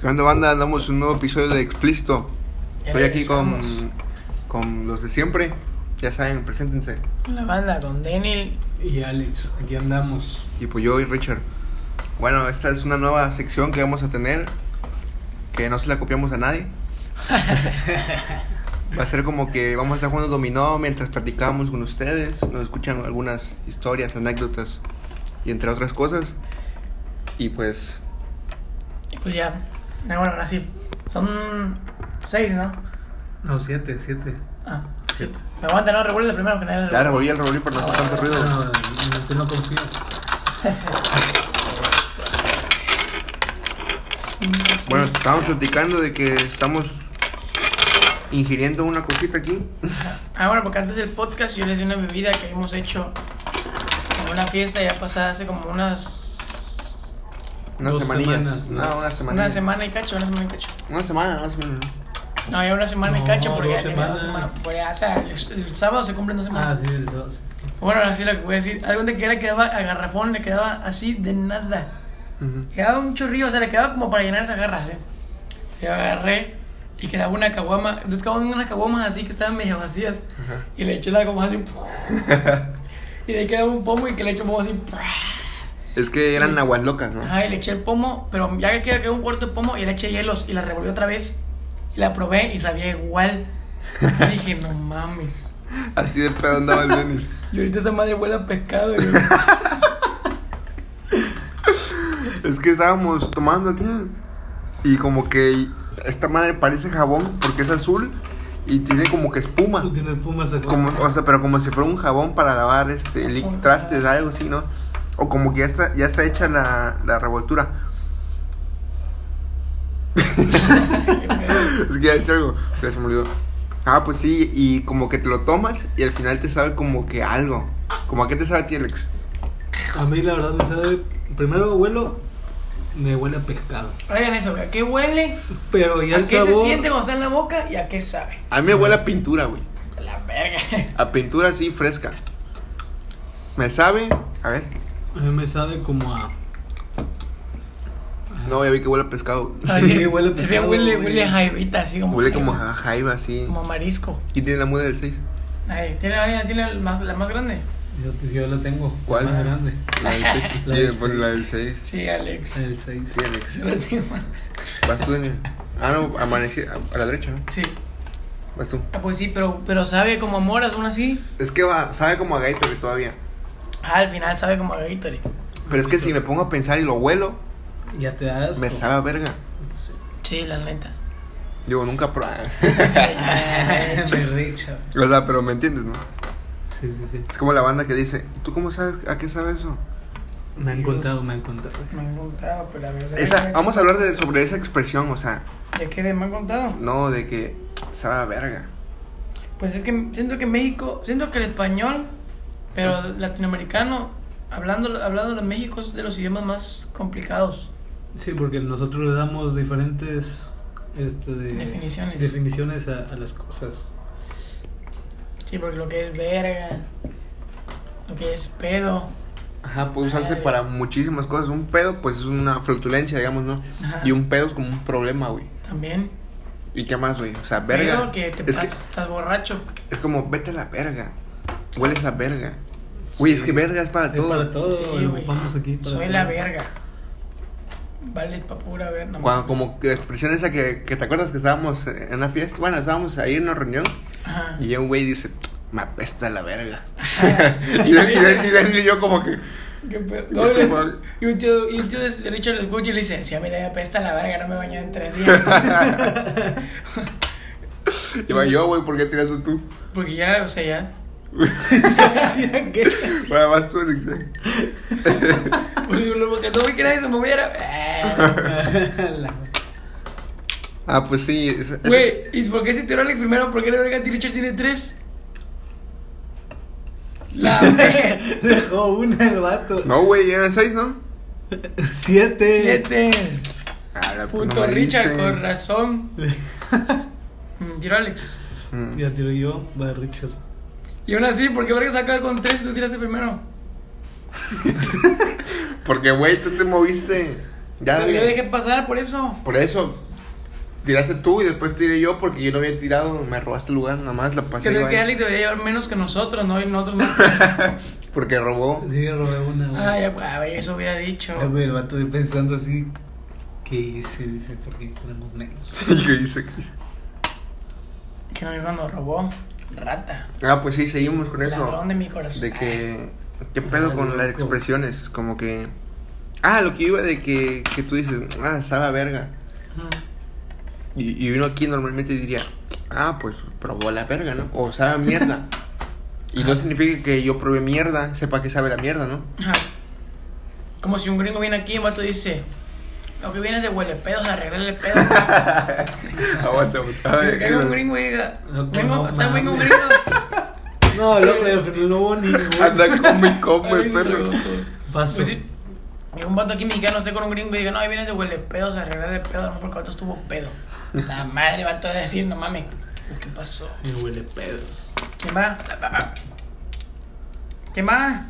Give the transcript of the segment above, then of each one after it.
¿Qué onda, banda? Damos un nuevo episodio de Explícito. Ya Estoy aquí con, regresamos. con los de siempre. Ya saben, preséntense. La banda con Daniel. Y Alex, aquí andamos. Y pues yo y Richard. Bueno, esta es una nueva sección que vamos a tener. Que no se la copiamos a nadie. Va a ser como que vamos a estar jugando dominó mientras platicamos con ustedes. Nos escuchan algunas historias, anécdotas y entre otras cosas. Y pues, Y pues ya. Ah, bueno, ahora sí. Son seis, ¿no? No, siete, siete. Ah. Siete. Me aguanta, no, revuelve el primero que nadie ya revolví el revolví para no hacer tanto ruido. No, en ti no confío. Bueno, te estábamos platicando de que estamos ingiriendo una cosita aquí. Ah, bueno, porque antes del podcast yo les di una bebida que habíamos hecho en una fiesta ya pasada hace como unas. Unas Dos semanillas. semanas, no, ¿no? una semana. Una semana y cacho, una semana y cacho. Una semana, una semana. No, ya una semana y No, cacho porque ya dos tenía dos semanas. semanas. Pues ya, o sea, el, el sábado se cumplen dos semanas. Ah, sí, el dos. Bueno, ahora sí lo que voy a decir. Algo de que era quedaba a garrafón, le quedaba así de nada. Ujú. Quedaba un chorrillo, o sea, le quedaba como para llenar esas garras, ¿eh? Yo agarré y quedaba una caguama, dos caguamas, unas caguamas así que estaban medio vacías. Ajá. Y le eché la caguama así. ¡puf! y le quedaba un pomo y que le eché un pomo así. ¡puf! Es que eran aguas locas, ¿no? Ajá, y le eché el pomo, pero ya que quedaba un cuarto de pomo y le eché hielos y la revolví otra vez. Y la probé y sabía igual. Dije, no mames. Así de pedo andaba el Denis. Y ahorita esa madre huele a pescado. güey. Es que estábamos tomando aquí y como que esta madre parece jabón porque es azul y tiene como que espuma. Tú tienes pumas acá. Como, o sea, pero como si fuera un jabón para lavar este li- trastes, algo así, ¿no? O como que ya está, ya está hecha la, la revoltura. Es que ya hice algo, pero se me olvidó. Ah, pues sí, y como que te lo tomas y al final te sabe como que algo. Como a qué te sabe a ti, Alex. A mí la verdad me sabe. Primero huelo, me huele a pescado. Oigan eso, ¿a qué huele? Pero ya ¿A el qué sabor. se siente cuando está en la boca y a qué sabe? A mí me huele a pintura, güey. La verga. A pintura así fresca. Me sabe. A ver. A mí me sabe como a. No, ya vi que huele a pescado. Sí, huele a pescado, Huele, güey. huele a jaivita, así como. Huele como jaiba, a jaiba así. Como a marisco. ¿Y tiene la muda del 6? Ay, ¿Tiene, alguien tiene la, más, la más grande? Yo, yo la tengo. ¿Cuál? la Más grande. La del 6. La del seis. la del 6. Sí, Alex. El 6. Sí, Yo Alex. la tengo más. Vas tú, Daniel. Ah, no, amanecí a, a la derecha, ¿no? Sí. Vas tú. Ah, pues sí, pero, pero sabe como a moras, aún así. Es que va, sabe como a Gatorade todavía. Ah, al final sabe como a Gatorade. Pero es que si me pongo a pensar y lo huelo, Ya te das. me sabe a verga. Sí, la neta. Digo, nunca probé. me richa. o sea, pero me entiendes, ¿no? Sí, sí, sí. Es como la banda que dice, ¿tú cómo sabes a qué sabe eso? Me han Dios. contado, me han contado. Me han contado, pero la verdad. Esa, vamos a hablar de, sobre esa expresión, o sea, ¿De qué de me han contado? no de que sabe a verga. Pues es que siento que México, siento que el español, pero Ah. latinoamericano, hablando, hablando de México es de los idiomas más complicados. Sí, porque nosotros le damos diferentes este, de- Definiciones. definiciones a, a las cosas. Sí, porque lo que es verga, lo que es pedo. Ajá, puede usarse para muchísimas cosas. Un pedo, pues es una flatulencia, digamos, ¿no? Ajá. Y un pedo es como un problema, güey. También. ¿Y qué más, güey? O sea, verga. Pedo que te es, pas- estás borracho. es como, vete a la verga. Hueles a verga. Güey, es que verga es para Es todo. para todo, Sí, lo güey. ocupamos aquí. Para Soy todo. la verga. Vale, pa' pura verga. Cuando, como que la expresión esa que, que te acuerdas que estábamos en una fiesta, bueno, estábamos ahí en una reunión Ajá. y un güey dice, me apesta la verga. y Dani- y Dani- y Dani y yo como que, ¿Qué pedo? Y este mal. y un tío, y un tío de este derecho lo escucha y le dice: Si a mí le apesta la verga, no me baño en tres días. y va yo, güey, ¿por qué tiraste tú? Porque ya, o sea, ya. Mira que- Bueno, vas tú, Alex. Porque lo Pues que no me creas, se moviera. Eh, La- Ah, pues sí. es- es- Güey, ¿y por qué se tiró Alex primero? ¿Por qué la verga Richard tiene tres? La verga. Dejó una el vato. No, güey, eran seis, ¿no? Siete. Siete. Ah, la- Puto no me Richard, dice. con razón. Mm, Tiró Alex. Mm. Ya tiro yo, va Richard. Y aún así, ¿por qué verga sacar con tres y tú tiraste primero? Porque, güey, tú te moviste. Ya, Pero dale. yo dejé pasar por eso. Por eso tiraste tú y después tiré yo porque yo no había tirado, me robaste el lugar, nada más la pasé. Creo yo que ahí. Ali debería llevar menos que nosotros, ¿no? Y nosotros más. Porque robó. Sí, robé una, güey. Ay, güey, eso hubiera dicho. Ya, güey, el vato ahí pensando así. ¿Qué hice? Dice, ¿por qué ponemos menos? ¿Y qué dice? Que no mismo nos robó. Rata. Ah, pues sí, seguimos con eso. Ladrón de mi corazón. De que. ¿Qué pedo Ah, con las loco. expresiones? Como que. Ah, lo que iba de que, que tú dices, ah, sabe a verga. Y, y uno aquí normalmente diría, ah, pues probó la verga, ¿no? O sabe a mierda. y no significa que yo probé mierda, sepa que sabe la mierda, ¿no? Ajá. Como si un gringo viene aquí y un vato dice: Lo que viene es de huele pedos, arreglarle pedo. aguanta, aguanta. Que Ay, venga un gringo y diga: No, vengo, no Está venga un mames. gringo. No, Sí. loco, al final no hubo ningún. Anda con mi combo, Ay, el perro. no, no. Paso. Pues sí. Y un vato aquí mexicano esté con un gringo y diga, no, ahí vienes de huele pedos, arreglarle pedo, no, porque el vato estuvo pedo. La madre va a decir, no mames, ¿qué pasó? Me huele pedos. ¿Quién va? ¿Quién va?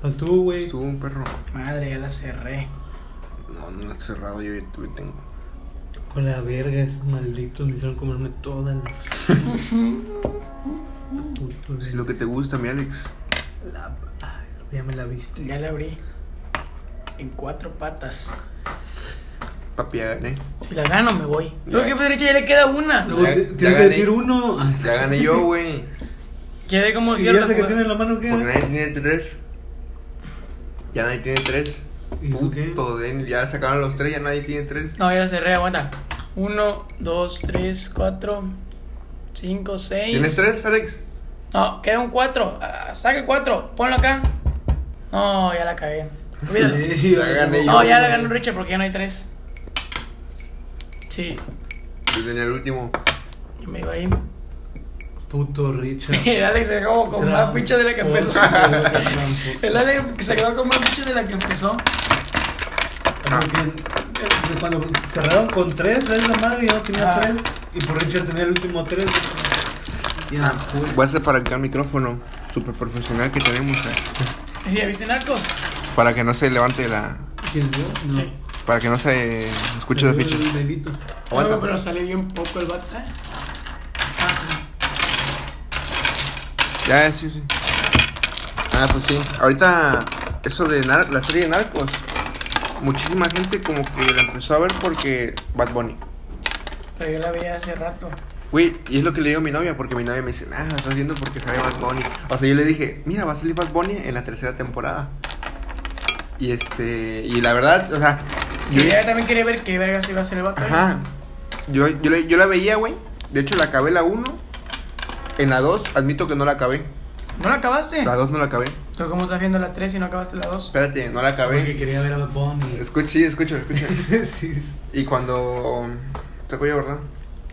Pues tú, güey. Estuvo un perro. Madre, ya la cerré. No, no está cerrado, yo ya tuve- tengo. Con la verga, esos malditos me hicieron comerme todas las. Puto Es lo que te gusta, mi Alex. La... Ay, ya me la viste. Ya la abrí. En cuatro patas. Papi, ya gané. Si la gano, me voy. Yo que por derecha ya le queda una. Luego Ya- te- ya tienes que gané. decir uno. Ay, Ya gané yo, güey. Ya ve cómo ¿Y ya cierra. sé que jugada. tiene en la mano Porque qué? nadie tiene tres. Ya nadie tiene tres. ¿Y eso qué? Puto, den- ya sacaron los tres, ya nadie tiene tres. No, ya la cerré, aguanta. Uno, dos, tres, cuatro, cinco, seis. ¿Tienes tres, Alex? No, queda un 4. Saca el 4. Ponlo acá. No, ya la cagué. Olvídalo. Sí, Ya gané No, ya la güey. ganó Richard porque ya no hay 3. Sí, Yo tenía el último. yo me iba ahí. Puto Richard. El Alex se quedó con más picha de la que empezó. El Alex se quedó con más picha de la que empezó. Porque eh, Cuando cerraron con tres, tres la madre, yo no tenía Ah. tres. Y por Richard tenía el último tres. Ya, fue. Voy a hacer para acá el micrófono super profesional que tenemos. eh, ¿Ya viste Narcos? Para que no se levante la. ¿Quién yo? No. Sí. Para que no se escuche la Salió ficha. el delito. Aguanta. No, pero sale bien poco el bat. ¿eh? Ah, sí. Ya, sí, sí. Ah, pues sí. Ahorita, eso de nar- la serie de narcos, muchísima gente como que la empezó a ver porque Bad Bunny. Pero yo la vi hace rato. Güey, y es lo que le digo a mi novia, porque mi novia me dice, ah, la estás viendo porque sale Bad Bunny. O sea, yo le dije, mira, va a salir Bad Bunny en la tercera temporada. Y este, y la verdad, o sea, yo, Yo ya también quería ver qué verga se iba a hacer el bat. ajá, yo, yo, le- yo la veía, güey. De hecho, la acabé la 1. En la 2, admito que no la acabé. ¿No la acabaste? La 2 no la acabé. ¿Tú cómo estás viendo la 3 y no acabaste la 2? Espérate, no la acabé. Porque quería ver a Bad Bunny. Escucha, sí, escucha, escucha. sí, sí. Y cuando. Te acuerdas, ¿verdad?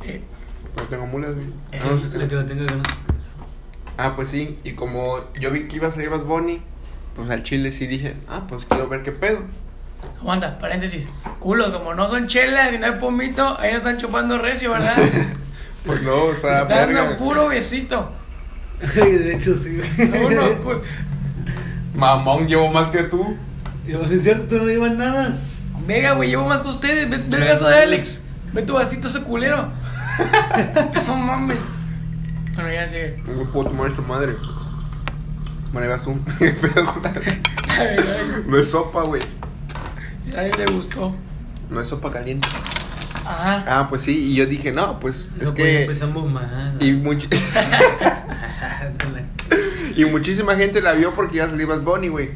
Eh, No tengo mulas, güey. Eh, Ah, no, sí La que tengo. la tenga ganas. Ah, pues sí. Y como yo vi que iba a salir Bad Bunny, pues al chile sí dije, ah, pues quiero ver qué pedo. Aguanta, paréntesis. Culo, como no son chelas y no hay pomito, ahí no están chupando recio, ¿verdad? Pues no, o sea, Están dando verga. puro besito. De hecho, sí. Uno, culo. Mamón, llevo más que tú. Yo, si es cierto, tú no llevas nada. Verga, güey, llevo más que ustedes. Ve, ve el vaso de Alex. Ve tu vasito ese culero. No mames. Bueno, ya sigue. No puedo tomar esta madre. Bueno, ahí vas tú. ¿Qué pedo con la- La verdad, No es sopa, güey. güey, A él le gustó. No es sopa caliente. Ajá. Ah, pues sí. Y yo dije, no, pues es No, pues, ya que. empezamos mal. Y, much- y muchísima gente la vio porque iba a salir Bad Bunny, güey.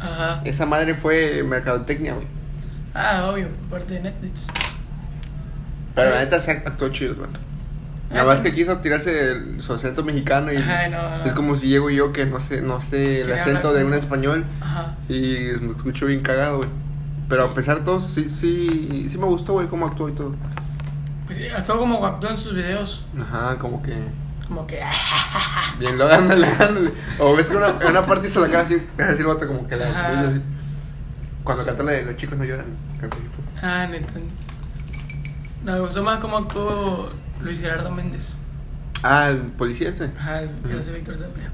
Ajá. Esa madre fue mercadotecnia, güey. Ah, obvio, por parte de Netflix. Pero la neta se actuó chido, güey. La verdad es que quiso tirarse el- su acento mexicano y Ay, no, no. es como si llego yo que no sé, no sé el Que acento habla de un como- español Ajá. y me escucho bien cagado, güey. Pero a pesar de todo, sí, sí, sí me gustó, güey, cómo actuó y todo. Pues sí, actuó como guapto en sus videos. Ajá, como que Como que. ah, bien, lo ándale, ándale. O ves que una, en una parte hizo la cara así, así el vato como que Ajá. la... así. Cuando canta la de los chicos no lloran. Ah, neta. No, me gustó más cómo actuó Luis Gerardo Méndez. Ah, el policía ese. Ajá, el que hace Víctor Tapia.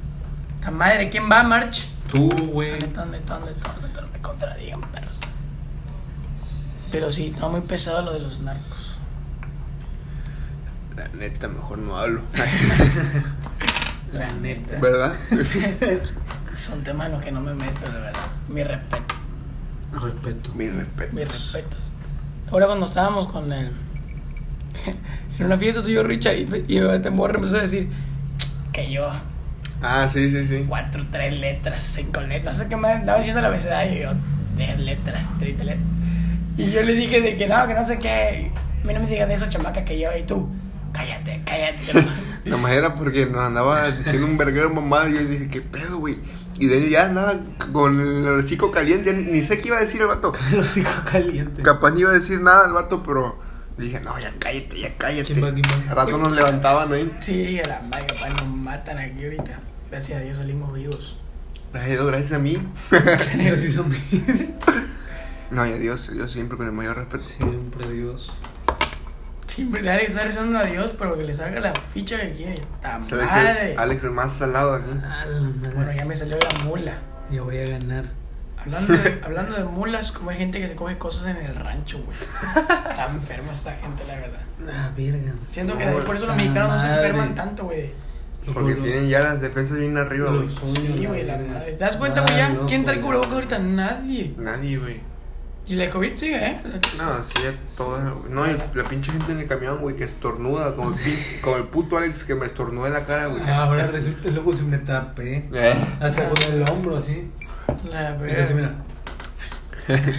¡Ta madre! ¿Quién va, March? Tú, güey. Neta, neta, neta, neta, no me contradigan, perros. Pero sí, está muy pesado lo de los narcos. La neta, mejor no hablo. La neta. ¿Verdad? Son temas en los que no me meto, la verdad. Mi respeto. Respeto. Mi respeto. Mis respetos. Ahora cuando estábamos con él en una fiesta tuyo Richard y, y este morro empezó a decir que yo Ah, sí, sí, sí. cuatro, tres letras, cinco letras, no sé qué me andaba diciendo el abecedario y yo diez letras, treinta letras. Y yo le dije de que no, que no sé qué. A mí no me digas de eso, chamaca, que yo y tú. Cállate, cállate. chamaca". Nomás era porque nos andaba diciendo un verguero mamá y yo dije, ¿qué pedo, güey? Y de él ya andaba con el hocico caliente, ni- ni sé qué iba a decir el vato. Los hijos calientes. Capaz ni iba a decir nada el vato, pero dije, no, ya cállate, ya cállate. ¿Quién va, quién va? Al rato nos levantaban, ¿no? sí, a la madre, papá, nos matan aquí ahorita. Gracias a Dios salimos vivos. Gracias, a Dios, gracias a mí. Así son mis- No, y a Dios, Dios siempre con el mayor respeto. Siempre Dios. Siempre le Alex está rezando a Dios, pero que le salga la ficha que quiere. ¡Ta O sea, dije, madre! Alex, el más salado aquí. A la madre. Bueno, ya me salió la mula. Ya voy a ganar. Hablando de, hablando de mulas, como hay gente que se coge cosas en el rancho, güey. Está enferma esta gente, la verdad. Ah, verga. Siento que No, de ahí por eso los la mexicanos no se madre. enferman tanto, güey. Porque Lo- tienen ya las defensas bien arriba, lo- güey. Sí, güey, la madre. ¿Te das cuenta, güey? Ya, Ah, loco, ¿quién trae güey. cubrebocas ahorita? Nadie. Nadie, güey. Y la COVID sigue, ¿eh? No, sí, ya todo. No, y la pinche gente en el camión, güey, que estornuda. Como el, pin- como el puto Alex que me estornudó en la cara, güey. Ah, Ahora resulta luego si me tapé. Eh. Hasta con el hombro así. La Eso sí, verdad.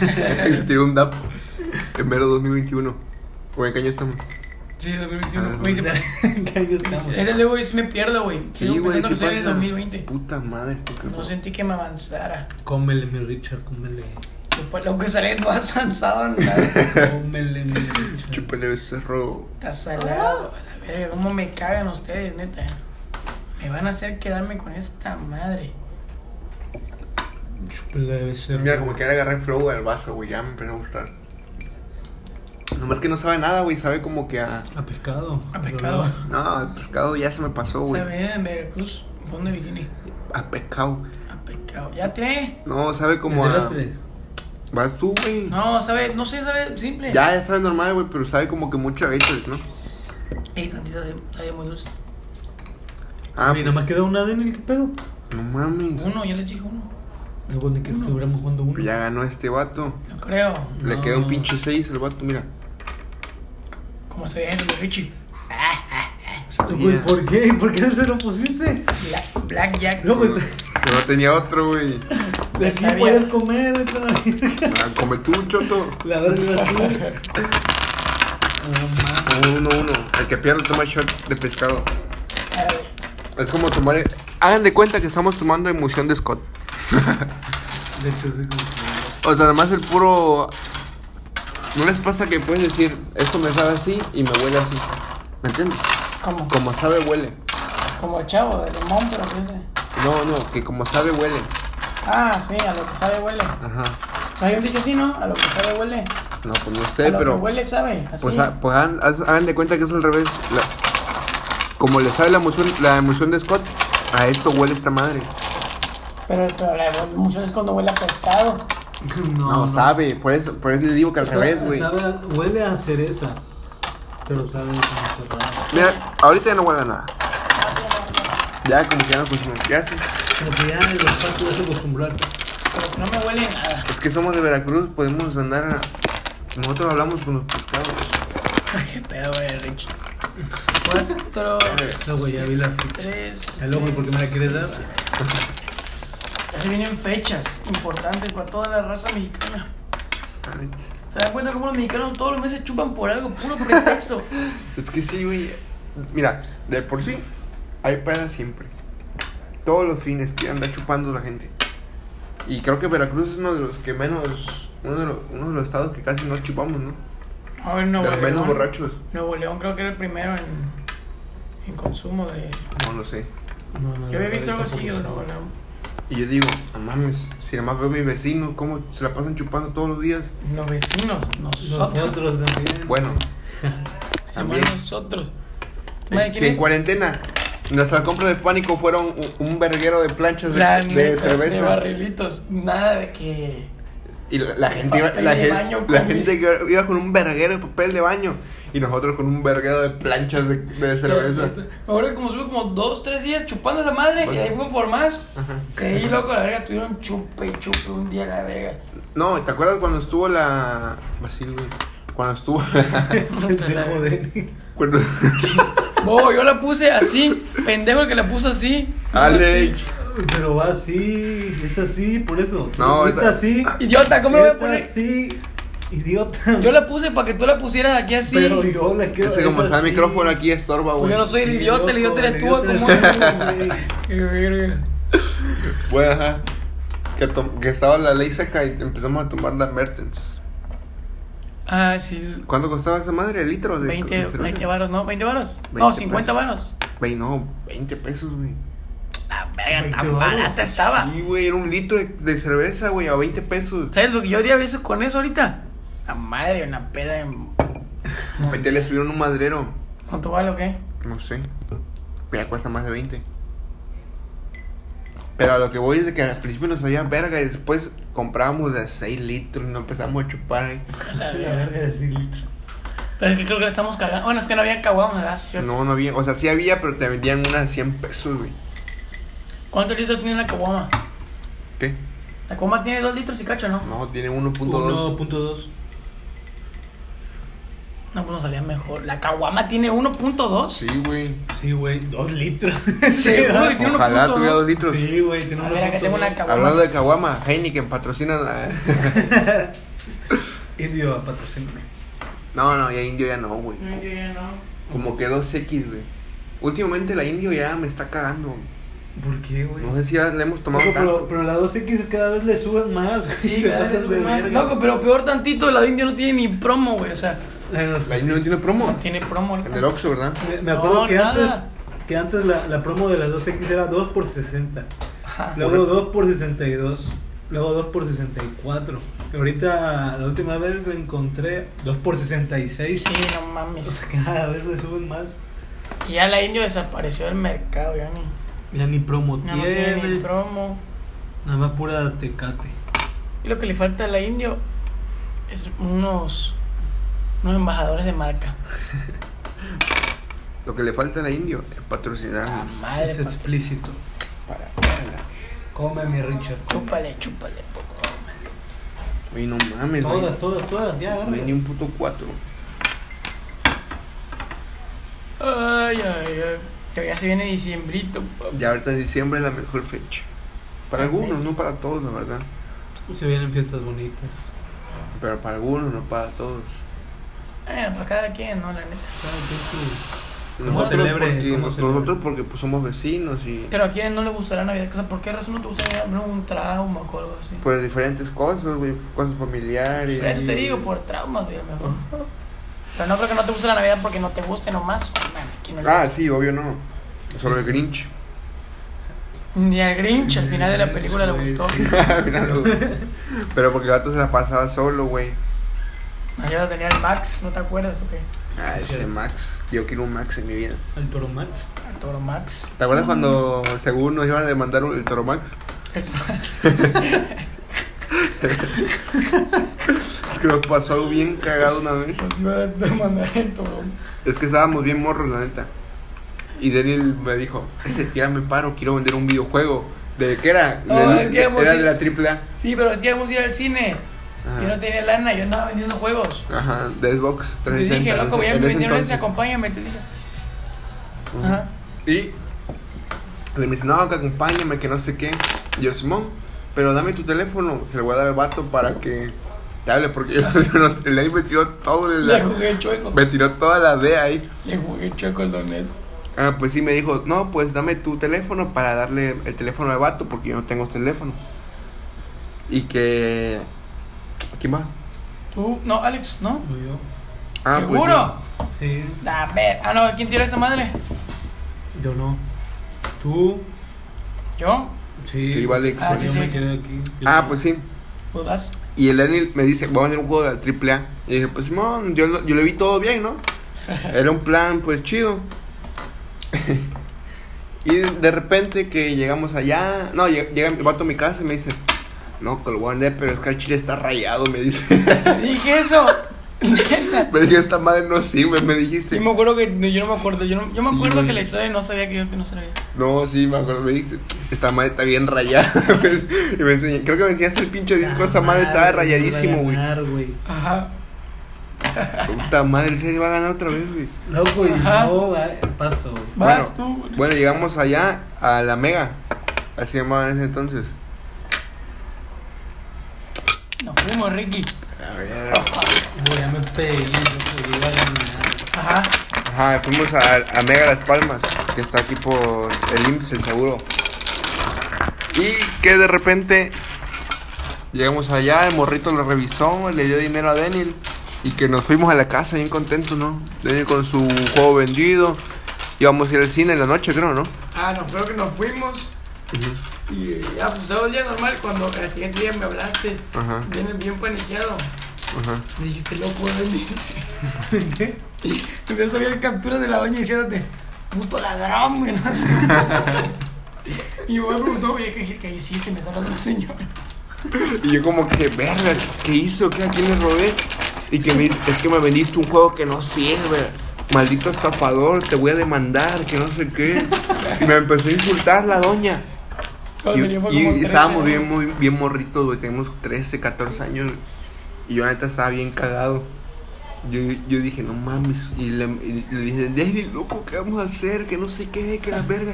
mira. Existió un DAP en mero 2021. Güey, ¿en qué año estamos? Sí, Ah, 2021. Güey, se pasa. ¿Qué año estamos? Este pues, luego sí me pierdo, güey. Sigo pensando que sí soy del pasa. 2020. Puta madre, puta No sentí que me avanzara. Cómele, mi Richard, cómele. Después, Lo que sale no has avanzado nada. Cómele, mi Richard. Chúpale el cerro. Está salado, a la verga, cómo me cagan ustedes, neta. Me van a hacer quedarme con esta madre. Chúpele de becerro. Mira, como que ahora agarré el flow al vaso, güey. Ya me empezó a gustar. Nomás que no sabe nada, güey. Sabe como que a. A pescado. A pescado. No, el pescado ya se me Esa pasó, Oh, güey. avenida en Veracruz, fondo de bikini. A pescado. A pecado. ¿Ya tiene? No, sabe como a. Vas tú, güey. No, sabe, no sé, sabe, simple. Ya, ya sabe normal, güey, pero sabe como que mucho a Gatorade, ¿no? Ey, tantito, sabe- sabe muy dulce. Ah, pues, Mira, más queda una de en el que pedo. no mames. Uno, yo les dije uno. No cuando que estuviéramos jugando uno. Ya ganó este vato. No creo. Le No. quedó un pinche 6 el vato, mira. Como se ve en el Richie. Güey, Sabía. ¿por qué? ¿Por qué no se lo pusiste? Black, Black Jack. No, pues Pero tenía otro, güey. de Ya aquí sabía. puedes comer, vete a la verga. Ah, Come tú, choto. La verga tú. Ah, Uno, uno, uno. El que pierde toma shot de pescado. Ay, Es como tomar. e-, Hagan de cuenta que estamos tomando emulsión de Scott. De hecho, sí, como que- O sea, además el puro. ¿No les pasa que puedes decir, esto me sabe así y me huele así? ¿Me entiendes? Como, Como sabe, huele. como el chavo de limón, pero qué sé. No, no, que como sabe, huele. Ah, sí, a lo que sabe huele. Ajá. ¿No hay un dicho así, no? A lo que sabe huele. No, pues no a sé, lo pero. que huele sabe. Así. Pues, ha- pues hagan, haz- hagan de cuenta que es al revés. La- como le sabe la emoción, la emoción de Scott, a esto huele esta madre. Pero, pero la emoción es cuando huele a pescado. No, sabe, por eso, por eso le digo que al revés, güey. Sabe a- huele a cereza. Pero sabe como que raro. Mira, ahorita ya no huele a nada. Ya como que ya no consumimos. Ya sí. Como que ya el olfato ya se acostumbró al pescado. Pero que no me huele nada. Es que somos de Veracruz, podemos andar a... Nosotros hablamos con los pescados. Ay, qué pedo, güey, Rich. Cuatro. No, güey, ya vi la ficha. Tres. El ojo, ¿por qué me la quieres dar? Ahí vienen fechas importantes para toda la raza mexicana. ¿Se dan cuenta cómo los mexicanos todos los meses chupan por algo? Puro pretexto. Es que sí, güey. Mira, de por sí, hay peda siempre. Todos los fines que anda chupando la gente. Y creo que Veracruz es uno de los que menos. Uno de los, uno de los estados que casi no chupamos, ¿no? A ver, Nuevo de los menos León. borrachos. Nuevo León creo que era el primero en, en consumo de. No lo sé. No, no, Yo había visto algo así de yo Nuevo León. Y yo digo, no mames, si nada más veo a mis vecinos, ¿cómo se la pasan chupando todos los días? Los vecinos, nosotros. Nosotros también. Bueno, También también. nosotros. Madre, eh, Si ¿quién en es? cuarentena nuestras compras de pánico fueron un, un verguero de planchas de, La de neta, De cerveza. barrilitos. Nada de que. Y la, la gente, iba, Papel la, de gen- baño la con- gente que iba con un verguero de papel de baño y nosotros con un verguero de planchas de, de cerveza. Me acuerdo que como estuve como dos, tres días chupando esa madre y Bueno. ahí fuimos por más. Ajá. Y ahí, loco, la verga, tuvieron chupe y chupe un día, la verga. No, ¿te acuerdas cuando estuvo la. Brasil, güey? Cuando estuvo la. Pendejo de- cuando- Bobo, yo la puse así, pendejo el que la puso así. Alex. Pero va así, es así, por eso. No, está esa- así. Idiota, ¿cómo la voy a es poner? así, idiota. Yo la puse para que tú la pusieras aquí así. Pero yo la quiero. Ese como es está el así. micrófono aquí estorba, Pues güey. yo no soy el idiota, el idiota eres tú, Loco, el como. idiota eres tú, güey. Qué verga. Bueno, ajá. Que, tom- que estaba la ley seca y empezamos a tomar la Mertens. Ah, sí. ¿Cuánto costaba esa madre? ¿El litro? De, 20, de cerveza? 20 varos, ¿no? ¿20 varos? 20 No, 50 varos. Güey, no, 20 pesos, güey. La verga, 20 tan varos. barata estaba. Sí, güey, era un litro de, de cerveza, güey, a 20 pesos. ¿Sabes lo que yo haría eso con eso ahorita? La madre, una peda en... Ahorita le subieron un madrero. ¿Cuánto vale o qué? No sé. Pero ya cuesta más de 20. Pero a lo que voy es de que al principio nos sabía verga y después comprábamos de 6 litros y nos empezamos a chupar. ¿eh? La La verga. verga de cilantro. Pero es que creo que la estamos cagando. Bueno, es que no había caguamas, ¿verdad? Sí, No, no había. O sea, sí había, pero te vendían una de 100 pesos, güey. ¿Cuántos litros tiene la caguama? ¿Qué? La caguama tiene 2 litros y cacho, ¿no? No, tiene 1.2. 1.2. No, pues nos salía mejor. La caguama tiene 1.2. Sí, güey. Sí, güey, 2 litros. Seguro que tiene Ojalá 1.2. tuviera 2 litros. Sí, güey, tiene A ver, acá tengo una 1.2. Hablando caguama. de Kawama, Heineken patrocina. la- Indio, patrocíname. No, no, ya Indio ya no, güey. No, yo ya no. Como que 2X, güey. Últimamente la Indio ya me está cagando. ¿Por qué, güey? No sé si ya le hemos tomado Loco, tanto. pero, pero la 2X cada vez le suben más, güey. Sí, se cada vez pasan de sube más. verga. Loco, pero peor tantito, la de India no tiene ni promo, güey. O sea, Bueno, sí. La Indio no tiene promo. no tiene promo. En el Oxxo, ¿verdad? Me, me acuerdo No, que nada. antes, que antes la, la promo de las 2X era 2 por 60. Ajá. Luego 2 por 62. Luego 2 por 64. Y ahorita, la última vez la encontré 2 por 66. Sí, no O mames. sea, cada vez le suben más. Y ya la Indio desapareció del mercado, ya ni. Ya ni promo No, no tiene. tiene ni promo. Nada más pura tecate. Lo que le falta a la Indio es unos, unos embajadores de marca. Lo que le falta a la Indio es La patrocinar. madre, Es papi. explícito. Para. Come mi Richard. chúpale, chúpale. po. Güey, no mames, güey. Todas, todas, todas, ya. No hay ni un puto 4. Ay, ay, ay. Que ya se viene diciembrito. papi. Ya ahorita en diciembre es la mejor fecha. Para algunos, no para todos, la verdad. Se vienen fiestas bonitas. Pero para algunos, no para todos. Bueno, para cada quien, ¿no? La neta. Cada quien su- ¿Cómo Nosotros, celebre? porque, ¿Cómo celebre? nosotros porque pues, somos vecinos y Pero a quienes no les gustará Navidad. O sea, ¿por qué razón no te gusta Navidad? No, un trauma o algo así. por pues, diferentes cosas, güey, cosas familiares. Por eso te digo, por traumas, güey, a lo mejor. Pero no creo que no te guste la Navidad porque no te guste nomás. Man, aquí no le- Ah, sí, obvio no. Solo el Grinch. Ni al Grinch al final de la película le Güey, gustó. sí. Al final, güey. Pero porque el gato se la pasaba solo, güey. Allá lo tenía el Max, ¿no te acuerdas o qué? Ah, Sí, ese cierto. Max. Yo quiero un Max en mi vida. Al Toro Max. El toro Max. ¿Te acuerdas cuando según nos iban a demandar el Toro Max? El toro- Es que nos pasó bien cagado una vez. Nos iba a demandar el toro. Es que estábamos bien morros, la neta. Y Daniel me dijo, ese tía me paro, quiero vender un videojuego. ¿De qué era? No, De- Oh, es que íbamos era a ir- de la triple A. Sí, pero es que íbamos a ir al cine. Yo no Ajá. tenía lana, yo andaba vendiendo juegos. Ajá, de Xbox Yo dije, 360. loco, voy a en ese venir a entonces. acompáñame, te dije. Ujú. Ajá. Y le me dice, no, que acompáñame, que no sé qué. Y yo, Simón, pero dame tu teléfono, se lo voy a dar al vato para que te hable, porque yo, no- el ahí me tiró todo el- Le jugué chueco. Me tiró toda la D ahí. Le jugué chueco al Donet. Ah, pues sí, me dijo, no, pues dame tu teléfono para darle el teléfono al vato, porque yo no tengo teléfono. Y que... ¿Quién va? Tú, no, Alex, ¿no? Como yo. Ah, pues ¿Seguro? Sí, A ver, ah, no, ¿quién tiró esta madre? yo no. Tú. ¿Yo? Sí. Sí, vale, que Ah, Yo sí, sí, me sí. quedé aquí. sí. Yo Ah, no. pues sí. ¿Judas? Y el Daniel me dice, voy a vender un juego de la triple A. Y dije, pues Simón, yo, lo- yo le vi todo bien, ¿no? Era un plan, pues chido. y de repente que llegamos allá, no, lleg- llega el vato a mi casa y me dice, No, con el Wander, pero es que el chile está rayado, me dice. Te dije eso. Neta. me dije, esta madre no sirve, me dijiste. Yo me acuerdo que no, yo no me acuerdo. Yo, no- yo me Sí, acuerdo güey. que la historia no sabía que yo que no sabía. No, sí, me acuerdo, me dijiste, esta madre está bien rayada. pues, y me enseñé, creo que me enseñaste el pinche Ah, disco, esa madre estaba rayadísimo, güey. Ganar, güey. Ajá. Puta madre, el serio va a ganar otra vez, güey. Loco, y Ajá. no va- paso. güey. Vas bueno, tú. bueno, llegamos allá a la Mega. Así llamaban en ese entonces. Nos fuimos, Ricky. A ver. Güey, ya me pedí, loco, yo iba a ganar. Ajá. Ajá, fuimos a, a Mega Las Palmas, que está aquí por el IMSS, el seguro. Y que de repente llegamos allá, el morrito lo revisó, le dio dinero a Daniel. Y que nos fuimos a la casa bien contentos, ¿no? Daniel con su juego vendido. Íbamos a ir al cine en la noche, creo, ¿no? Ah, no, creo que nos fuimos. Y eh, ya, pues todo el día normal. Cuando el siguiente día me hablaste, Ajá, bien, bien paniqueado. ajá. Me dijiste, loco, ¿Qué? Yo sabía el captura de la doña diciéndote, puto ladrón, güey, no sé. Y me preguntó, oye, ¿qué, qué, qué hiciste? Me está hablando la señora. Y yo como que, verga, ¿qué hizo? ¿Qué? ¿A quién le robé? Y que me dice, es que me vendiste un juego que no sirve. Maldito estafador, te voy a demandar, que no sé qué. Y me empezó a insultar la doña. Y, Cuando teníamos y como 13 estábamos años. bien, muy, bien morritos, güey. Teníamos 13, 14 años. Y yo, la neta, estaba bien cagado. Yo, yo dije, no mames. Y le, y le dije, Dani, loco, ¿qué vamos a hacer? Que no sé qué, que la verga.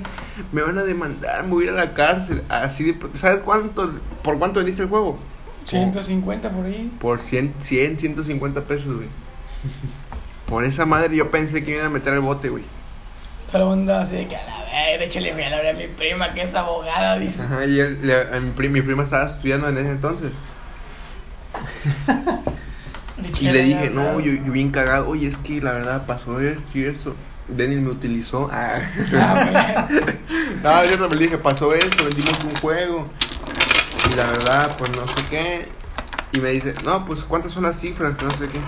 Me van a demandar, me voy a ir a la cárcel. Así de, ¿Sabes cuánto? ¿Por cuánto vendiste el juego? 150 por ahí. Por 100, 100 150 pesos, güey. Por esa madre yo pensé que me iban a meter al bote, güey. Toda la banda así de que a la ver, échale, voy a hablar a mi prima que es abogada, dice. Ajá, y él- le- a mi, pri- mi prima estaba estudiando en ese entonces. Y le dije, no, yo, yo bien cagado. Oye, es que la verdad pasó esto y eso. Denny me utilizó. Ah. Ah, bueno. no, yo también le dije, pasó esto, vendimos un juego. Y la verdad, pues no sé qué. Y me dice, no, pues cuántas son las cifras, que no sé qué.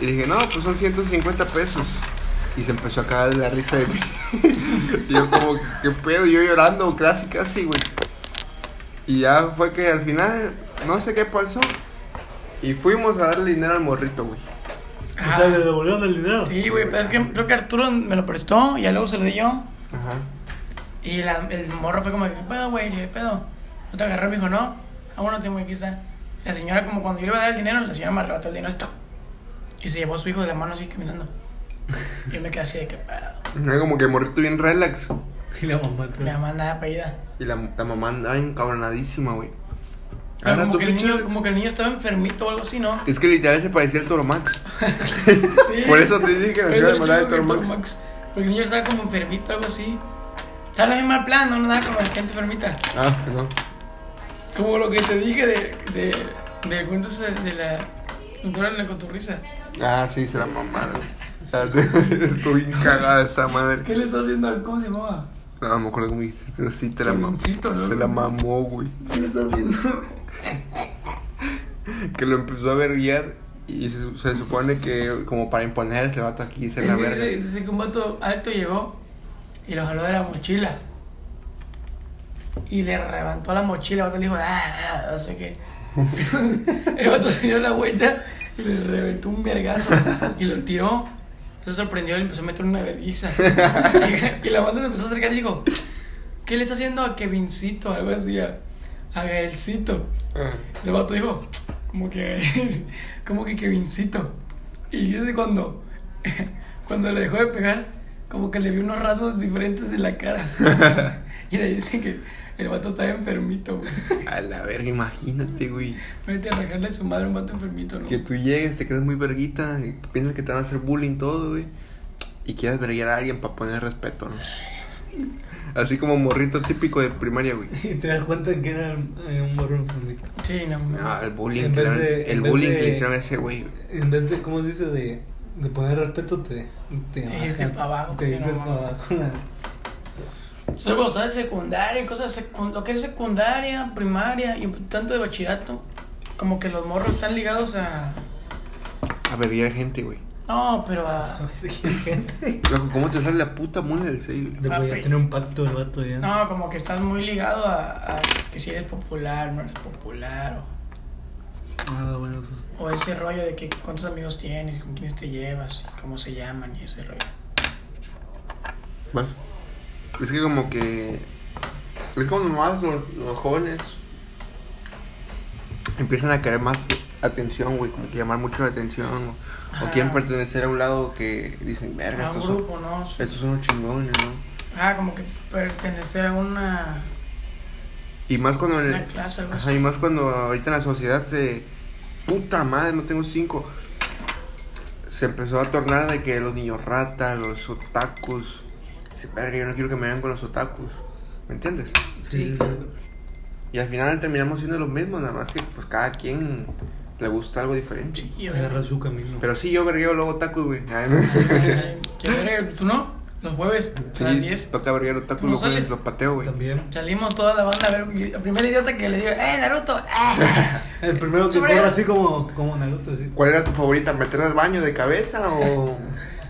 Y le dije, no, pues son 150 pesos. Y se empezó a cagar de la risa de mí. y yo como, ¿qué pedo? Y Yo llorando, casi, casi, güey. Y ya fue que al final, no sé qué pasó. Y fuimos a darle dinero al morrito, güey. O sea, le devolvieron el dinero. Ah. Sí, güey, pero es que creo que Arturo me lo prestó y ya luego se lo di yo. Ajá. Y la- el morro fue como, ¿qué pedo, güey? Le dije, ¿qué pedo? ¿No te agarró? Me dijo, no. Ah, bueno, tengo que quizá. La señora, como cuando yo le iba a dar el dinero, la señora me arrebató el dinero, esto. Y se llevó a su hijo de la mano así caminando. Yo me quedé así de que "Ah, pedo. Era como que morrito bien relax. Y la mamá te- Mi mamá nada pedida. Y la, la mamá andaba encabronadísima, güey. Pero Ahora Ah, como tú que, el fichas- niño, como que el niño estaba enfermito o algo así, ¿no? Es que literal se parecía al Toro Max. Sí. Por eso te dije que la Por ciudad eso de Maldad de le digo Toro que Max. Porque el niño estaba como enfermito o algo así. Tal vez en mal plan, no nada con la gente enfermita. Ah, no. Como lo que te dije de, de, del cuento ese de, de la cultura de la cotorriza. Ah, sí, se la mamaron. Estuve bien cagada esa madre. ¿Qué le está haciendo al cómo se llamaba? No me acuerdo cómo dijiste, pero sí te la mamó. Caloncito, ¿no? Se la mamó, güey. ¿Qué le está haciendo? Que lo empezó a verguiar y se, se supone que como para imponerse el vato aquí se Es la que Dice, verga. dice que un vato alto llegó y lo jaló de la mochila. Y le levantó la mochila, el vato le dijo, ah, ah", no sé qué. el vato se dio la vuelta y le reventó un vergazo y lo tiró. Se sorprendió y le empezó a meter una verguiza. y la banda se empezó a acercar y dijo, ¿qué le está haciendo a Kevincito? Algo así, a, a Gaelcito. Ah. Ese vato dijo, como que, como que Kevincito. Y desde cuando, cuando le dejó de pegar, como que le vi unos rasgos diferentes en la cara. Y le dicen que el vato estaba enfermito, güey. A la verga, imagínate, güey. Vete a arrancarle a su madre a un vato enfermito, ¿no? Que tú llegues, te quedas muy verguita, y piensas que te van a hacer bullying todo, güey. Y quieres verguiar a alguien para poner respeto, ¿no? Así como morrito típico de primaria, güey. Y te das cuenta que era eh, un morro enfermito. Sí, no, No, el bullying, En que, vez le- de- el en vez bullying que de- le hicieron a ese güey. En vez de, ¿cómo se dice? De, de poner respeto, te. Te Te dicen bajan, pa' abajo, Te sí, dicen no, pa' no. abajo. la- Solo cuando estás en secundaria, cosas secu- lo que es secundaria, primaria y un tanto de bachillerato, como que los morros están ligados a, A verguiar gente, güey. No, pero. ah, De Loco, ¿cómo te sale la puta mula del 6? voy a tener un pacto el vato ya. No, como que estás muy ligado a, a que si eres popular, no eres popular. Ah, bueno, eso es- O, o ese rollo de que cuántos amigos tienes, con quiénes te llevas, cómo se llaman y ese rollo. Vas. Es que como que. Es como más los, los jóvenes empiezan a querer más atención, güey. Como que llamar mucho la atención. O, o Ajá. quieren pertenecer a un lado que dicen, verga, A un estos son, grupo, ¿no? estos son los chingones, ¿no? Ah, como que pertenecer a una, Y más cuando. en el- una clase, algo Eh, ajá, así. y más cuando ahorita en la sociedad se. Puta madre, no tengo cinco. Se empezó a tornar de que los niños rata, los otakus. Dice, verga, yo no quiero que me vean con los otakus. ¿Me entiendes? Sí, Y al final terminamos siendo los mismos, nada más que pues cada quien le gusta algo diferente. Sí, agarra su camino. Pero sí, yo vergueo luego tacos, güey. Ay, Ah, no. ¿Qué verga? ¿Tú no? Los jueves a las Sí, 10. toca verguear los tacos, ¿Cómo los jueves sales? los pateo, güey. También. Salimos toda la banda a ver el primer idiota que le digo, ¡eh, Naruto! ¡Ah! El primero que Sobre- corre así como, como Naruto, así. ¿Cuál era tu favorita? ¿Meterla al baño de cabeza o,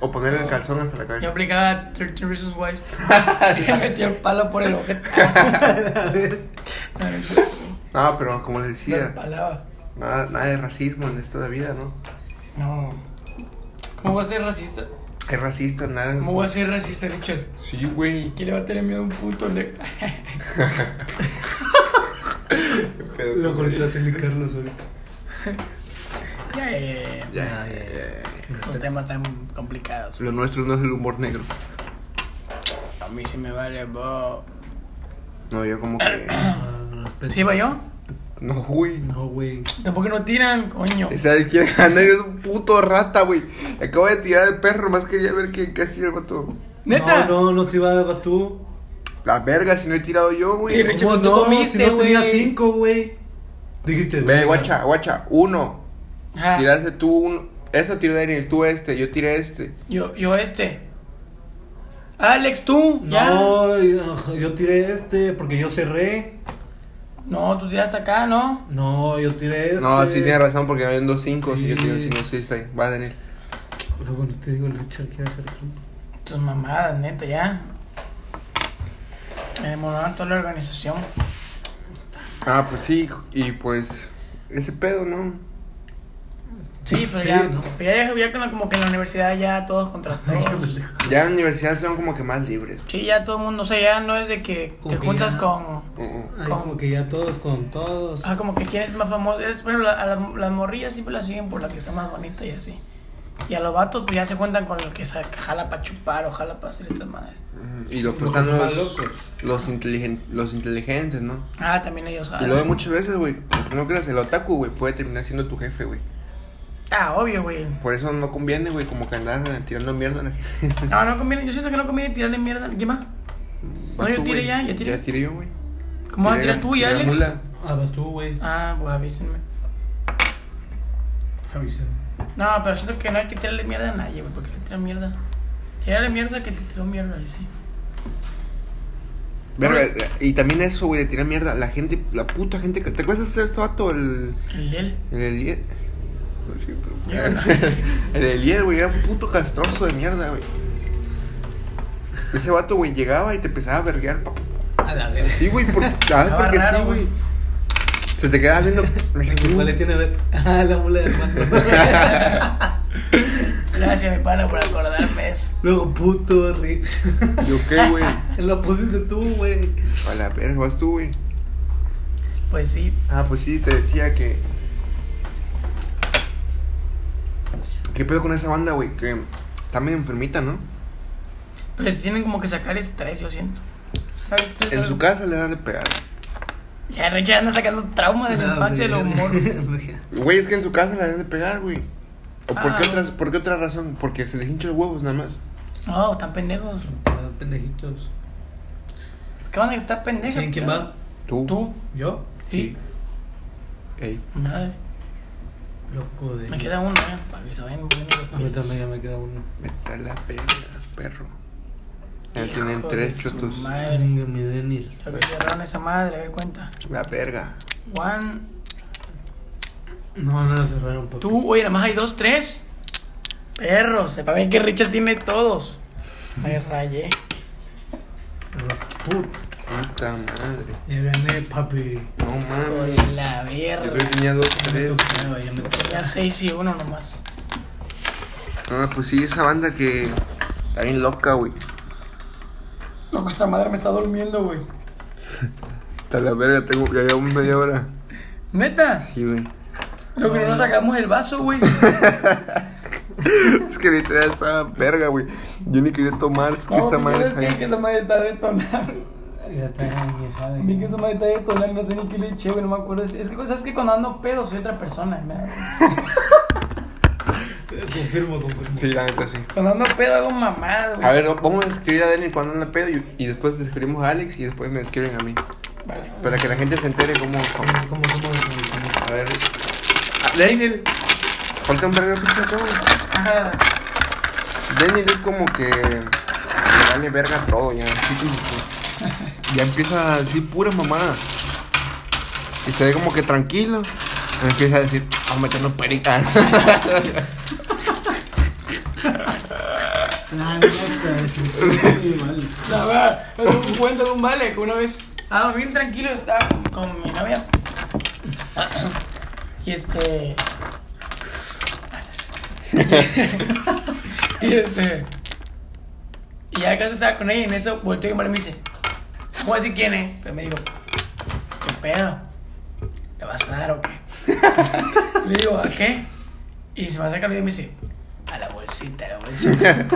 o ponerle el calzón hasta la Yo cabeza? aplicaba 13 Reasons Why. Me metí el palo por el ojete. A ver. No, pero como les Me decía, empalaba. nada, nada de racismo en esta vida, ¿no? No. ¿Cómo va a ser racista? Es racista, nada. ¿Cómo va a ser racista, Richard? Sí, güey. ¿Quién le va a tener miedo a un puto negro? Lo cortó así el Carlos ahorita. ya, ya, ya, ya. Ya, Ah, ya, ya, ya. Los temas tan complicados. Lo nuestro no es el humor negro. A mí sí me vale, bo. No, yo como que. Ah, respeto. ¿Sí va yo? No, güey. No, güey. Tampoco no tiran, coño. O sea, quiere ganar es un puto rata, güey. Le Acabo de tirar el perro, más quería ver qué, qué hacía el vato. ¿Neta? No, no, no, si vas, vas tú. La verga, si no he tirado yo, Y güey. Richard, tú comiste, si no tenía güey. cinco, güey. Dijiste, Ve, guacha, guacha. Uno. Ajá. Tiraste tú un. Eso tiró Daniel, tú este, yo tiré este. Yo, yo este. Alex, tú. Ya. No, yo, yo tiré este porque yo cerré. No, tú tiraste acá, ¿no? No, yo tiré este. No, sí tiene razón, porque habían dos cinco. Si Sí. yo tiré un cinco, sí, está ahí. Va, Daniel. Luego no te digo, Richard, ¿qué va a hacer tú? Tus mamadas, neta, ya. Me demoraron toda la organización. Ah, pues sí, y pues. Ese pedo, ¿no? Sí, pero Sí, ya, ¿no? pero ya, ya con la- como que en la universidad ya todos contra todos. Ya en la universidad son como que más libres. sí, ya todo el mundo, o sea, ya no es de que Como te que juntas ya- con... Uh, uh. Ay, como que ya todos con todos. Ah, como que quién es más famoso. Es, bueno, la- a la- las morrillas siempre las siguen por la que está más bonita y así. Y a los vatos pues ya se cuentan con lo que sa- jala para chupar o jala para hacer estas madres. Ujú. mm. Y los Como que están son los, más locos. los, inteligen- los inteligentes, ¿no? Ah, también ellos... Y luego hablan. muchas veces, güey, aunque no creas, el otaku, güey, puede terminar siendo tu jefe, güey. Ah, obvio, güey. Por eso no conviene, güey, como que andar eh, tirando mierda a la gente. No, no conviene. Yo siento que no conviene tirarle mierda. ¿Quién más? No, Vas yo tú, tiré güey. ya, ya tiré. Ya tiré yo, güey. ¿Cómo vas a Tiré tirar la- tú y tiré la Alex? mula. Ah, vas tú, güey. Ah, pues avísenme. Avísame. No, pero siento que no hay que tirarle mierda a nadie, güey, porque le tiran mierda. Tirarle mierda al que te tiró mierda, ahí sí. Verga, eh, y también eso, güey, de tirar mierda. La gente, la puta gente que. ¿Te acuerdas de ese vato, el. El él. El Eliel? Lo siento. Ya, no. El Eliel, güey, era un puto castroso de mierda, güey. Ese vato, güey, llegaba y te empezaba a verguear. pa- A la verga. Sí, güey, porque, ah, Estaba porque raro, sí, güey. güey. Se te queda viendo. Me saqué un- ¿Cuál le tiene a ver? Ah, la mula de Juan. Gracias, mi pana, por acordarme eso. Luego, puto, Rick. Yo qué, güey. Lo pusiste tú, güey. A la verga, vas tú, güey. Pues sí. Ah, pues sí, te decía que. ¿Qué pedo con esa banda, güey? Que está medio enfermita, ¿no? Pues tienen como que sacar estrés, yo siento. Sacar estrés, En algo. su casa le dan de pegar. Ya Richard anda sacando traumas de la Ah, infancia y los morros. Güey, es que en su casa le dan de pegar, güey. ¿O por, Ah. qué otras, por qué otra razón? Porque se les hincha los huevos, nada más. No, están pendejos. Ah, Pendejitos. ¿Qué van a estar pendejos? ¿Quién, quién va? Tú. Tú. ¿Yo? Sí. Ey. Madre. Loco de. Me queda uno, eh, para que se vayan moviendo los A mí pies. también ya me queda uno. Vete a la verga, perro. Ya Hijos tienen de tres su chotos. Madre. Venga, mi Denis. Creo que cerraron esa madre, a ver, cuenta. La verga. One, No, no la cerraron, papi. tú, oye, nada más hay dos, tres. Perro, sepa bien que Richard tiene todos. Me rayé. Put, Puta madre. ya gané, papi. No mames. Por la Yo creo que verga. tenía dos, Ya me tres. tocaba, ya me tocaba. Ya 6 y 1 nomás. Ah, pues sí, esa banda que está bien loca, güey. Loco, pues esta madre me está durmiendo, güey. Hasta la verga, tengo ya llevo media hora. Neta, Sí, güey. lo que no nos sacamos el vaso, güey. Es que literal esa verga, güey. Yo ni quería tomar, es que No, esta mi madre madre es que, que está esta madre está detonando. Ya está enguijada. Mi que esta madre está detonando, no sé ni qué le eché, güey, no me acuerdo. Es que, ¿sabes que Cuando ando pedo soy otra persona, me- Confirmo, confirmo. Sí, la neta sí. Cuando ando pedo hago mamadas, güey. A ver, vamos a escribir a Dani cuando anda pedo y, y después describimos a Alex y después me escriben a mí. Vale. Para que la gente se entere cómo son. ¿Cómo somos? güey? ¿Cómo? A ver. Ah, Daniel. Ponte un verga pinche todo. Ajá. Daniel es como que. Le vale verga todo ya. Así como que- ya empieza a decir pura mamada. Y se ve como que tranquilo. Y empieza a decir, "Ah, vamos a meternos peritas. La neta, es igual. La verdad, es un cuento de un vale que una vez estaba bien tranquilo, estaba con mi novia. Y este. y este. Y ya acaso estaba con ella y en eso volteó y mi madre me dice: ¿Cómo así quién es? Pues me dijo: ¿Qué pedo? ¿Le vas a dar o qué? Le digo: ¿A qué? Y se me acerca y me dice: A la bolsita, a la bolsita.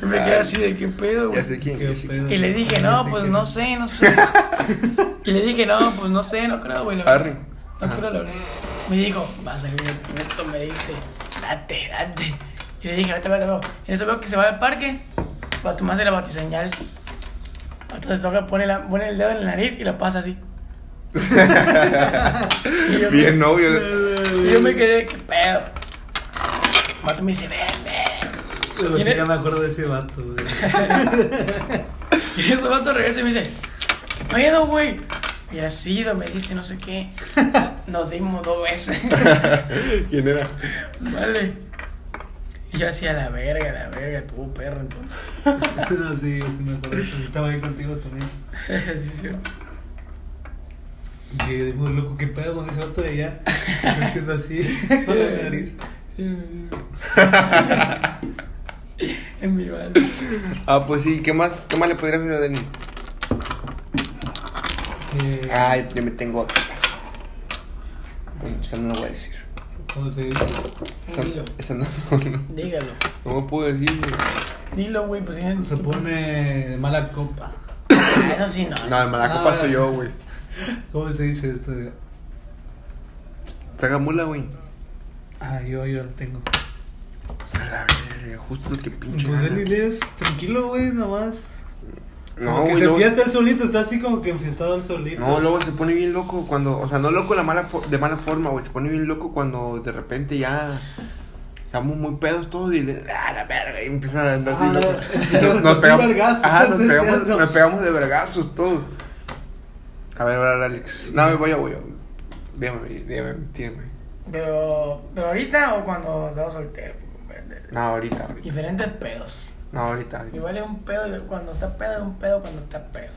y me quedé así de: ¿Qué pedo, güey? ya sé quién. Qué ya sé quién. pedo. Y le dije, no, pues no sé, no sé. Y le dije, no, pues no sé, no creo, güey. la verdad. Arre. No creo, la verdad. Me dijo, va a salir el puto, me dice, date, date. Y le dije, vete, vete, vete. En eso veo que se va al parque, va a tomarse la batiseñal. Entonces toca, pone, la, pone el dedo en la nariz y la pasa así. Y yo me- Bien novio. Y yo me quedé, qué pedo. El Vato me dice, ven, ven. Luego sí, ya me acuerdo de ese vato, güey. Y ese vato regresa y me dice, ¿qué pedo, güey? Hubiera sido, me dice, no sé qué. Nos dimos dos veces. ¿Quién era? vale. Y yo hacía la verga, la verga, tuvo perro entonces. No, sí, sí me acuerdo. Estaba ahí contigo también. sí, es cierto. Que muy loco, ¿qué pedo con ese vato de allá? Haciendo así, con la nariz. Sí, sí, sí. en mi vale. Ah, pues sí, ¿qué más? ¿Qué más le podrías decir a Dani? Que, Ay, yo me tengo otra. Bueno, esa no la voy a decir. ¿Cómo se dice? Esa, Dilo. esa no, no, no. Dígalo. No me puedo decir. güey. Dilo, güey, pues ¿qué- Se pone de mala copa. Ah, Eso sí, no. No, el malaco Ah, paso bueno. yo, güey. ¿Cómo se dice esto? Saca mula, güey. Ah, yo, yo lo tengo. A la verga, justo que pinche. Pues gana. Dani Lee es tranquilo, güey, nomás. No, Como que güey. se fiesta Luego, el solito, está así como que enfiestado el solito. no, luego se pone bien loco cuando. O sea, no loco la mala fo- de mala forma, güey. Se pone bien loco cuando de repente ya. Estamos muy pedos todos y le. ¡Ah, la verga! Y empiezan a andar así. Ah, loco. empiezan a Nos, nos repartir pegamos. vergazos, Ajá, nos sí, pegamos, cierto. nos pegamos de vergazos todos. A ver, ahora, Alex. No, me voy, voy, voy. Dígame, dígame, tírame. Pero, pero ahorita o cuando estaba soltero. pues, No, ahorita, ahorita. Diferentes pedos. No, ahorita, ahorita. Igual es un pedo de- cuando está pedo, es un pedo cuando está pedo.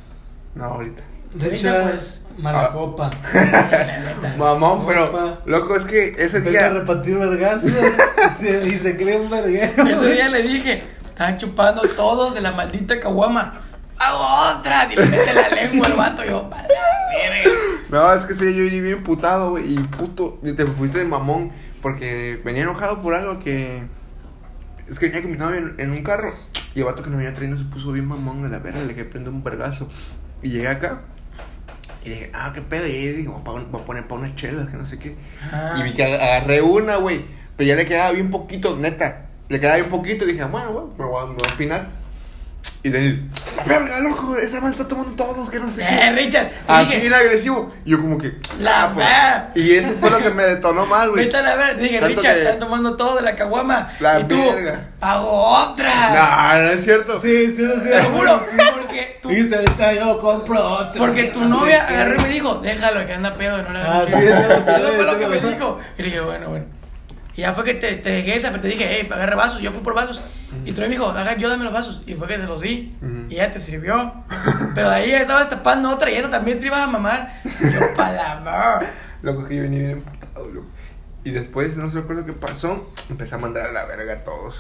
No, ahorita. Richard, pues, mala ah, copa. La neta. Mamón, pero. Opa. Loco, es que ese Empieza a día. repartir vergazos se- y se cree un verguero. Ese día le dije, están chupando todos de la maldita caguama. Hago otra, y le mete la lengua al vato. Yo, "Pa' la verga. No, es que sí, yo iría bien putado, güey. Y puto, y te fuiste de mamón. Porque venía enojado por algo que. Es que venía con mi novia en, en un carro. Y el vato que nos venía trayendo se puso bien mamón a la verga. Le que prende un vergazo. Y llegué acá. Y le dije, ah, qué pedo. Y ella dijo, voy a pon- voy a poner pa' unas chelas, que no sé qué. Ah, Y vi que agarré una, güey. Pero ya le quedaba bien poquito, neta. Le quedaba bien poquito. Y dije, "Ah, bueno, güey, me voy a, me voy a opinar. Y Daniel, la verga, loco, esa man está tomando todos, que no sé Eh, qué. Richard, Así le Ah, bien dije, agresivo. Y yo como que. La ah, pues. ver- Y eso fue lo que me detonó más, güey. vete a la verga. Le dije, Tanto Richard, que- están tomando todo de la caguama. La y tú, verga. hago otra. No, no es cierto. Sí, sí, sí. Te lo juro, porque tú. Viste, ahorita yo compro otro. Porque tu No sé novia qué. agarró y me dijo, déjalo que anda pedo, no le Ah, hagas sí, caso". sí, sí, Eso fue lo que me sí. dijo. Y le dije, bueno, bueno. Y ya fue que te, te dejé esa, pero te dije, hey, agarra vasos. Yo fui por vasos. Y tú me dijo, haga yo dame los vasos. Y fue que te los di. Ujú. Y ya te sirvió. Pero ahí ya estabas tapando otra y eso también te ibas a mamar. Y Yo, palamor. Loco, que yo venía bien emputado, loco. Y después, no se recuerdo qué pasó, empecé a mandar a la verga a todos.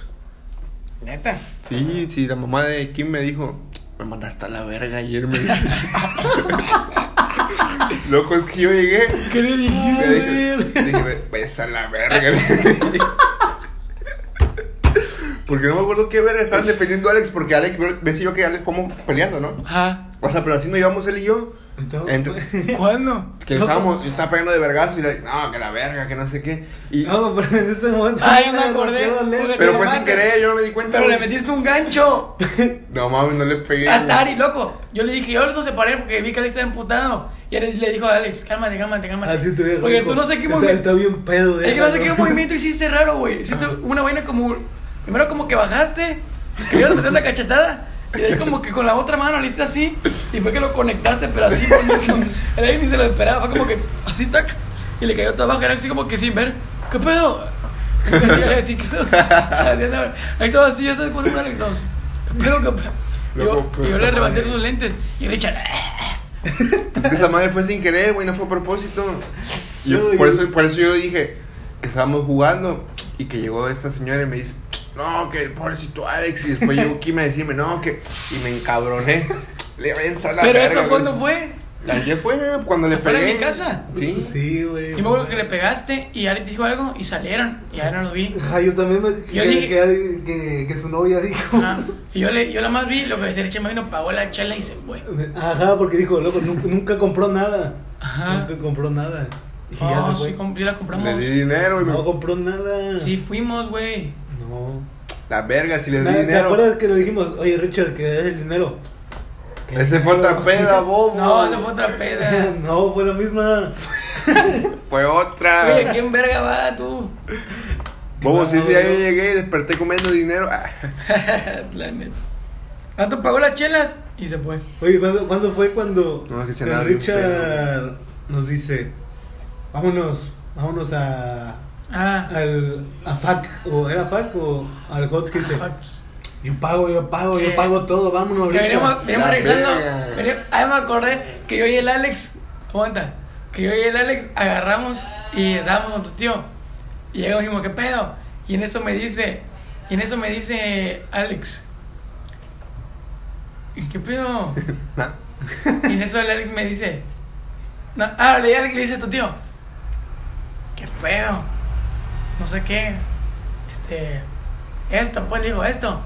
Neta. Sí, sí, la mamá de Kim me dijo, me mandaste a la verga ayer, me dijo. Loco, es que yo llegué. ¿Qué le Le dijiste? dije, le dije, "Ve- ves a la verga. Porque no me acuerdo qué verga estaban defendiendo a Alex, porque Alex, ves y yo que Alex como peleando, ¿no? Ajá. O sea, pero así nos íbamos él y yo. Ent- Entonces- ¿Cuándo? Que Loco. estábamos, yo estaba pegando de vergazo y le no, que la verga, que no sé qué. Y, No, pero en ese momento. Ah, ya me acordé. Quiero leer. pero no fue sin mames. querer, yo no me di cuenta. Pero le güey. metiste un gancho. No mames, no le pegué. Hasta güey. Ari, loco. Yo le dije, yo los separé porque vi que Alex estaba emputado. Y Ari le dijo a Alex, cálmate, cálmate, cálmate. Así Ah, tu viejo Porque dijo, tú no sé qué está- movimiento. Está bien pedo, Es que no sé qué déjalo. movimiento hiciste raro, güey. Hiciste una vaina como. Primero como que bajaste, que ibas a meter una cachetada. Y de ahí como que con la otra mano le hiciste así. Y fue que lo conectaste, pero así. por mucho. El aire ni se lo esperaba. Fue como que así, tac. Y le cayó hasta abajo. Era así como que sin ver. ¿Qué pedo? Y era así, ¿qué pedo? Así andaba. Ahí estaba así, ya sabes cuándo fue Alex Dobbs. ¿Qué pedo, qué pedo? Y Loco, Yo, pues, y yo le esa arrebaté madre. sus lentes. Y Richard. Es que esa madre fue sin querer, güey, no fue a propósito. Y No, por, yo- eso, por eso yo dije, estábamos jugando y que llegó esta señora y me dice, no, que pobrecito Alex. Y después llegó Kim a decirme, no, que. Y me encabroné. Le venza la Pero verga, eso, güey. ¿cuándo fue? Ayer fue ¿no? cuando le ¿Afuera de pegué. mi casa? Sí. Sí, güey. Yo me acuerdo que le pegaste y Ari te dijo algo y salieron y ya no los vi. Ajá, yo también me. que, dije- que, que, que su novia dijo. Ajá. Ah, Y yo, le, yo la más vi, lo que decía el chema vino, pagó la chela y se fue. Ajá, porque dijo, loco, nunca, nunca compró nada. Ajá. Nunca compró nada. Y ya Oh, se fue. sí, com- sí la compramos. Le di dinero y me. No compró nada. Sí, fuimos, güey. No. La verga, si les di Nada, ¿Te dinero. acuerdas que le dijimos, oye Richard, que es el dinero? ¿Qué Ese fue dinero? otra peda, bobo. No, esa fue otra peda. no, fue la misma. Fue Ah. otra. Oye, ¿quién verga va tú? Bobo, sí, No, sí, ahí no. llegué y desperté comiendo dinero. Ah, la neta. Gato pagó las chelas y se fue. Oye, ¿cuándo, cuándo fue cuando No, es que se el andaba bien Richard nos dice, vámonos, vámonos a, Ah, al, a FAC, o era FAC o al HOTS que dice, facts. yo pago, yo pago, Sí. yo pago todo, vámonos Que veníamos, ahorita. veníamos La regresando. verga. venía- Ahí me acordé que yo y el Alex, aguanta, que yo y el Alex agarramos y estábamos con tu tío. Y llegamos y dijimos, ¿qué pedo? Y en eso me dice, y en eso me dice Alex, "¿Y ¿qué pedo? na- Y en eso el Alex me dice, no, ah, le Alex le dice a tu tío, ¿qué pedo? No sé qué, este, esto, pues le digo esto.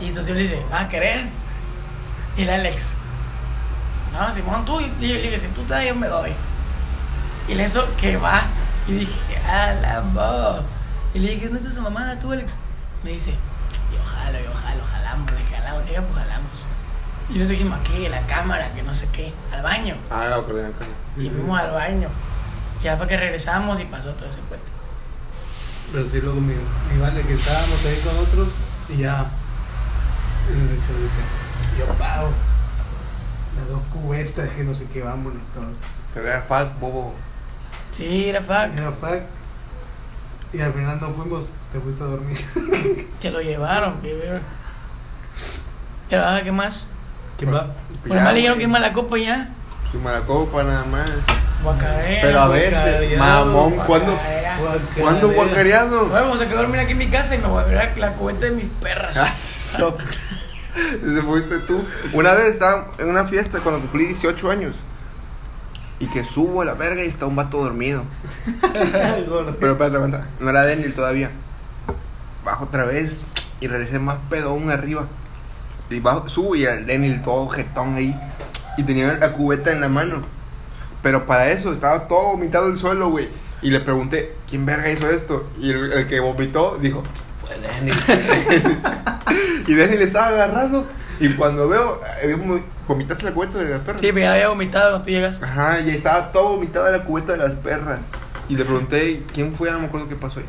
Mm. Y tu tío le dice, ¿vas a querer? Y el Alex, no, Simón, tú. Y yo le dije, si tú te das, yo me doy. Y le eso, que va. Y dije, a la voz. Y le dije, ¿no estás mamada tú, Alex? Me dice, yo jalo, yo jalo, jalamos, le dije, jalamos, dije, pues jalamos. Y nos dijimos aquí, la cámara, que no sé qué, al baño. Ah, no, acordé, me acordé. Sí, y sí. fuimos al baño. Ya fue que regresamos y pasó todo ese cuento. Pero sí, luego mi, mi vale que estábamos ahí con otros y ya. El Richard dice, yo pago. Las dos cubetas que no sé qué, vámonos todos. Pero era fat, bobo. Sí, era fuck. Era FAC. Y al final no fuimos, te fuiste a dormir. Te lo llevaron, baby. Pero, ah, ¿qué más? ¿Quién va? Bueno, me Pues dijeron que es mala copa y ya. Su mala copa nada más. Guacarea. Pero a ver, guacareado, mamón, ¿cuándo? guacareado. ¿Cuándo guacareando? Bueno, vamos a quedar a dormir aquí en mi casa y me voy a ver la cubeta de mis Ah. perras. Ese fuiste tú. Una vez estaba en una fiesta cuando cumplí 18 años. Y que subo a la verga y está un vato dormido. Pero espérate, aguanta. No era Daniel todavía. Bajo otra vez y regresé más pedón arriba. Y bajo, subo y el Daniel todo jetón ahí. Y tenía la cubeta en la mano. Pero para eso estaba todo vomitado el suelo, güey. Y le pregunté, ¿quién verga hizo esto? Y el, el que vomitó dijo, fue Daniel. fue Daniel". y Daniel estaba agarrando. Y cuando veo, eh, vomi- vomitaste la cubeta de la perra. Sí, pero ya había vomitado cuando tú llegaste. Ajá, y estaba todo vomitado de la cubeta de las perras. Y le pregunté quién fue, no me acuerdo qué pasó.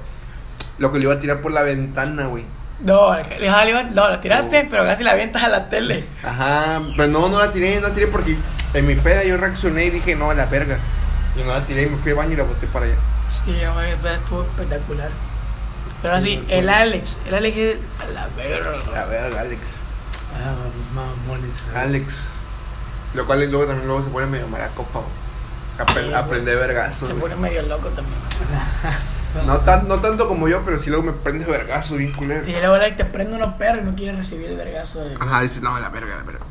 Lo que le iba a tirar por la ventana, güey. No, le- le- le- no, la tiraste, pero casi la avientas a la tele. Ajá, pero no, no la tiré, no la tiré porque en mi peda yo reaccioné y dije, no, a la verga. Y no la tiré y me fui al baño y la boté para allá. Sí, güey, pero estuvo espectacular. Pero Sí, así, me acuerdo. el Alex, el Alex es a la La verga. verga, Alex. Ah, mamones. güey. Alex. Lo cual luego también luego se pone medio maracopa. güey. Apre- Sí, güey. aprende vergazo. Se güey. pone medio loco también. No, tan, no tanto como yo, pero sí luego me prende vergazo bien culero. Si luego Alex te prende unos perros y no quiere recibir el vergazo de. Ajá, dice, no, la verga, la verga.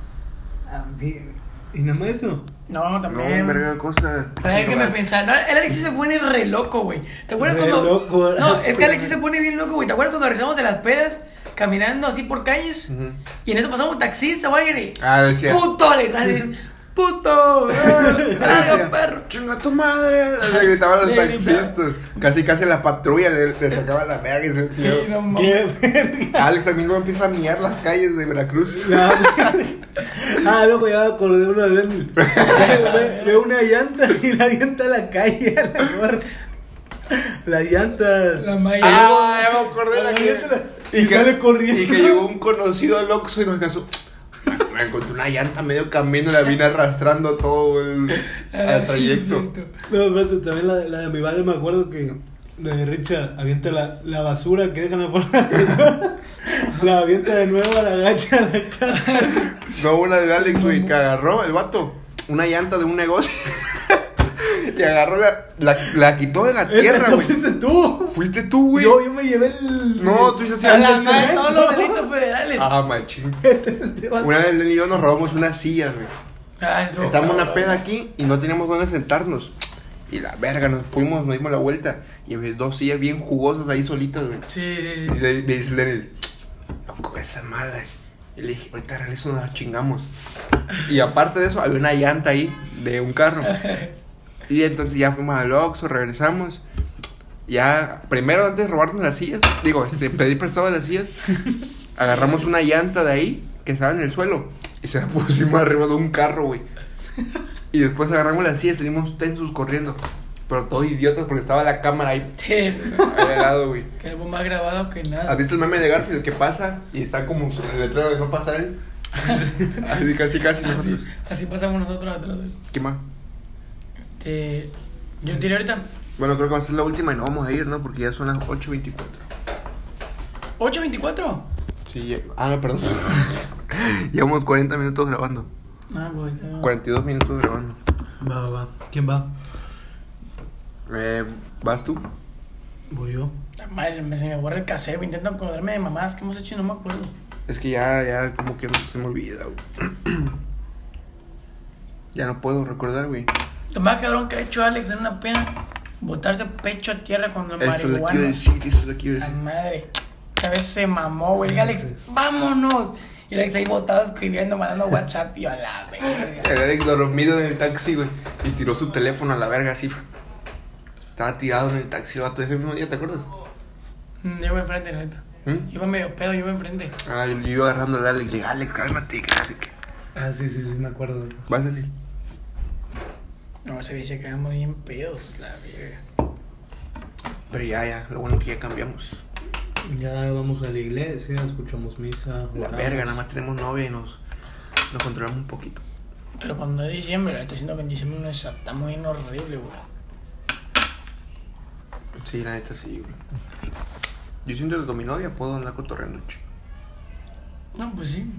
Ah, bien. ¿Y nada más eso? No, No, también. verga de cosa. Pero hay que me pensar, ¿no? El Alexis se pone re loco, güey. ¿Te acuerdas Re cuando.? loco, no, sí. es que Alexis se pone bien loco, güey. ¿Te acuerdas cuando regresamos de las pedas caminando así por calles? Ujú. Y en eso pasamos un taxista, güey. y- Ah, decía. ¡Puto! Le gritaba así, ¡Puto! eh, Ah, decía, ¡Verga, perro! ¡Chinga tu madre! Le gritaban los Le gritaba. taxistas. Casi, casi la patrulla le, le sacaba la verga. Y se, Sí, no mames. ¿Qué? verga? Alex también luego empieza a miar las calles de Veracruz. La- ah, loco, ya me acordé una vez. Veo- Veo una llanta y la avienta a la calle, a la gorra. Las llantas. La malla. Ah, ya me acordé de la La que... avienta la- y sale corriendo. Y que llegó un conocido al Oxxo y nos casó. Me encontré una llanta medio camino y la vine arrastrando todo el, Ah, el sí, trayecto. cierto. No, espérate, también la, la de mi vale me acuerdo que la de Richa avienta la, la basura que dejan afuera. la avienta de nuevo a la gacha a la casa. No, una de Alex, güey, que agarró el vato una llanta de un negocio. y agarró la, la, la quitó de la tierra, Esa güey. Este fuiste tú. Fuiste tú, güey. Yo, yo me llevé el. No, tú dices así. A la Alex, madre, ¿eh? todos los delitos federales. Ah, machín. Este vato. Una vez Lenny y yo nos robamos unas sillas, güey. Ah, eso, Estábamos en cabrón. una peda aquí y no teníamos dónde sentarnos. Y la verga, nos fuimos, nos dimos la vuelta. Y había dos sillas bien jugosas ahí solitas, güey. Sí, sí, Y sí. le, le dice Lenny, loco, esa madre. Y le dije, ahorita regreso, nos la chingamos. Y aparte de eso, había una llanta ahí de un carro. Y entonces ya fuimos al Oxxo, regresamos. Ya, primero antes de robarnos las sillas, digo, este, pedir prestado las sillas, agarramos una llanta de ahí que estaba en el suelo y se la pusimos arriba de un carro, güey. Y después agarramos las sillas y salimos tensos corriendo. Pero todos idiotas porque estaba la cámara ahí, Sí, ahí al lado, güey. quedamos Este, más grabados que ¿Has nada. visto el meme de Garfield que pasa y está como sobre el letrero de no pasar él? Así, casi, Así, casi. nosotros. así pasamos nosotros atrás. de él. ¿Qué más? Este. Yo tiré ahorita. Bueno, creo que va a ser la última y no vamos a ir, ¿no? Porque ya son las 8.24. 8.24. Sí, ya- Ah, no, perdón. Llevamos 40 minutos grabando. Ah, pues. ya. 42 minutos grabando. Va, va, va. ¿Quién va? Eh, ¿Vas tú? Voy yo. La Madre, me- se me borra el casero. Intento acordarme de mamás que hemos hecho y no me acuerdo. Es que ya, ya, como que no se me olvida, güey. ya no puedo recordar, güey. Lo más cabrón que ha hecho Alex en una pena. Botarse pecho a tierra con la Eso es lo que iba a marihuana. decir, eso es lo que iba a La decir. madre. Esa vez se mamó, güey. El Alex, vámonos. Y el Alex ahí botado escribiendo, mandando WhatsApp. Y yo a la verga. El Alex dormido en el taxi, güey. Y tiró su teléfono a la verga, así. Estaba tirado en el taxi, vato, ese mismo día, ¿te acuerdas? Mm, Yo iba enfrente, la neta. ¿Mm? Iba medio pedo, yo iba enfrente. Ah, yo iba agarrando al Alex, le dije, Alex, cálmate, que no sé qué. Ah, sí, sí, sí, me acuerdo. de eso. ¿Vas a salir? No, ese bicho quedamos bien pedos, la verga. Pero ya, ya, lo bueno que ya cambiamos. Ya vamos a la iglesia, escuchamos misa. La oramos. verga, nada más tenemos novia y nos, nos controlamos un poquito. Pero cuando es diciembre, la neta siento que en diciembre nos estamos bien horrible, güey. Sí, la neta sí, güey. Yo siento que con mi novia puedo andar cotorreando, ch- No, pues sí.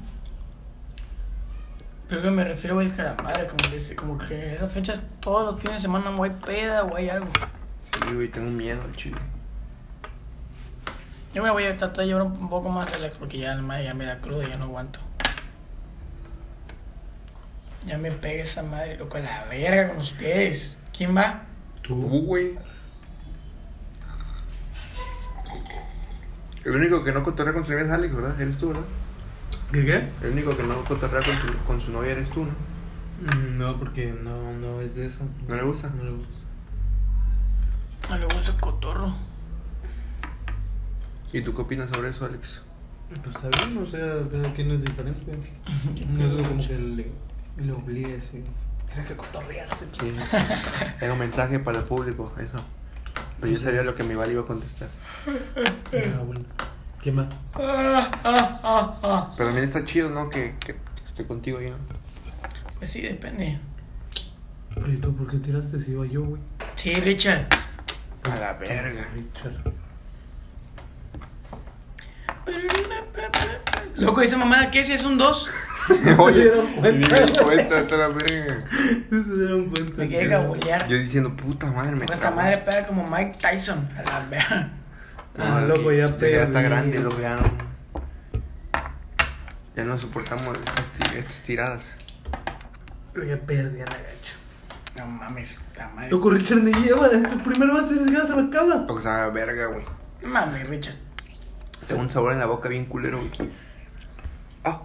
Pero que me refiero, güey, que a la madre, como que, como que esas fechas todos los fines de semana, güey, peda, güey, algo. Sí, güey, tengo miedo al chile. Yo me la voy a tratar de llevar un poco más relax porque ya, madre, ya me da cruda, ya no aguanto. Ya me pega esa madre, loco, a la verga con ustedes. ¿Quién va? Tú. güey. El único que no cotorrea con su novia es Alex, ¿verdad? Eres tú, ¿verdad? ¿Qué qué? El único que no cotorrea con, tu- con su novia eres tú, ¿no? Mm, No, porque no, no es de eso. ¿No le gusta? No le gusta. No le gusta el cotorro. ¿Y tú qué opinas sobre eso, Alex? Pues está bien, o sea, cada quien es diferente. No es algo como que le, le obligue, sí. Tienes que cotorrearse. Sí. Era un mensaje para el público, eso. Pero yo sabía lo que mi Val iba a contestar. Ah, bueno. ¿Qué más? Ah, ah, ah, ah. Pero también está chido, ¿no? Que, que estoy contigo ahí, ¿no? Pues sí, depende. Pero ¿y tú por qué tiraste si iba yo, güey? Sí, Richard. A la verga. Richard. Loco, esa mamada, ¿qué es? ¿Es un 2? Oye, dieron ni cuenta. me di cuenta hasta la verga. No se dieron cuenta. Me quiere cabulear. Yo diciendo, puta madre, me Loco, Esta trabó. madre pega como Mike Tyson. A la verga. Ah, Ah, loco, ya que- perdí. Ya está grande, loco, ya no. Ya no soportamos estas, ti- estas tiradas. Pero ya perdí a la gacha. No mames, la madre. Loco, Richard ni lleva. Es su primer base y se la cama. O sea, verga, güey. Mami, Richard. Tengo un sabor en la boca bien culero, güey. Ah,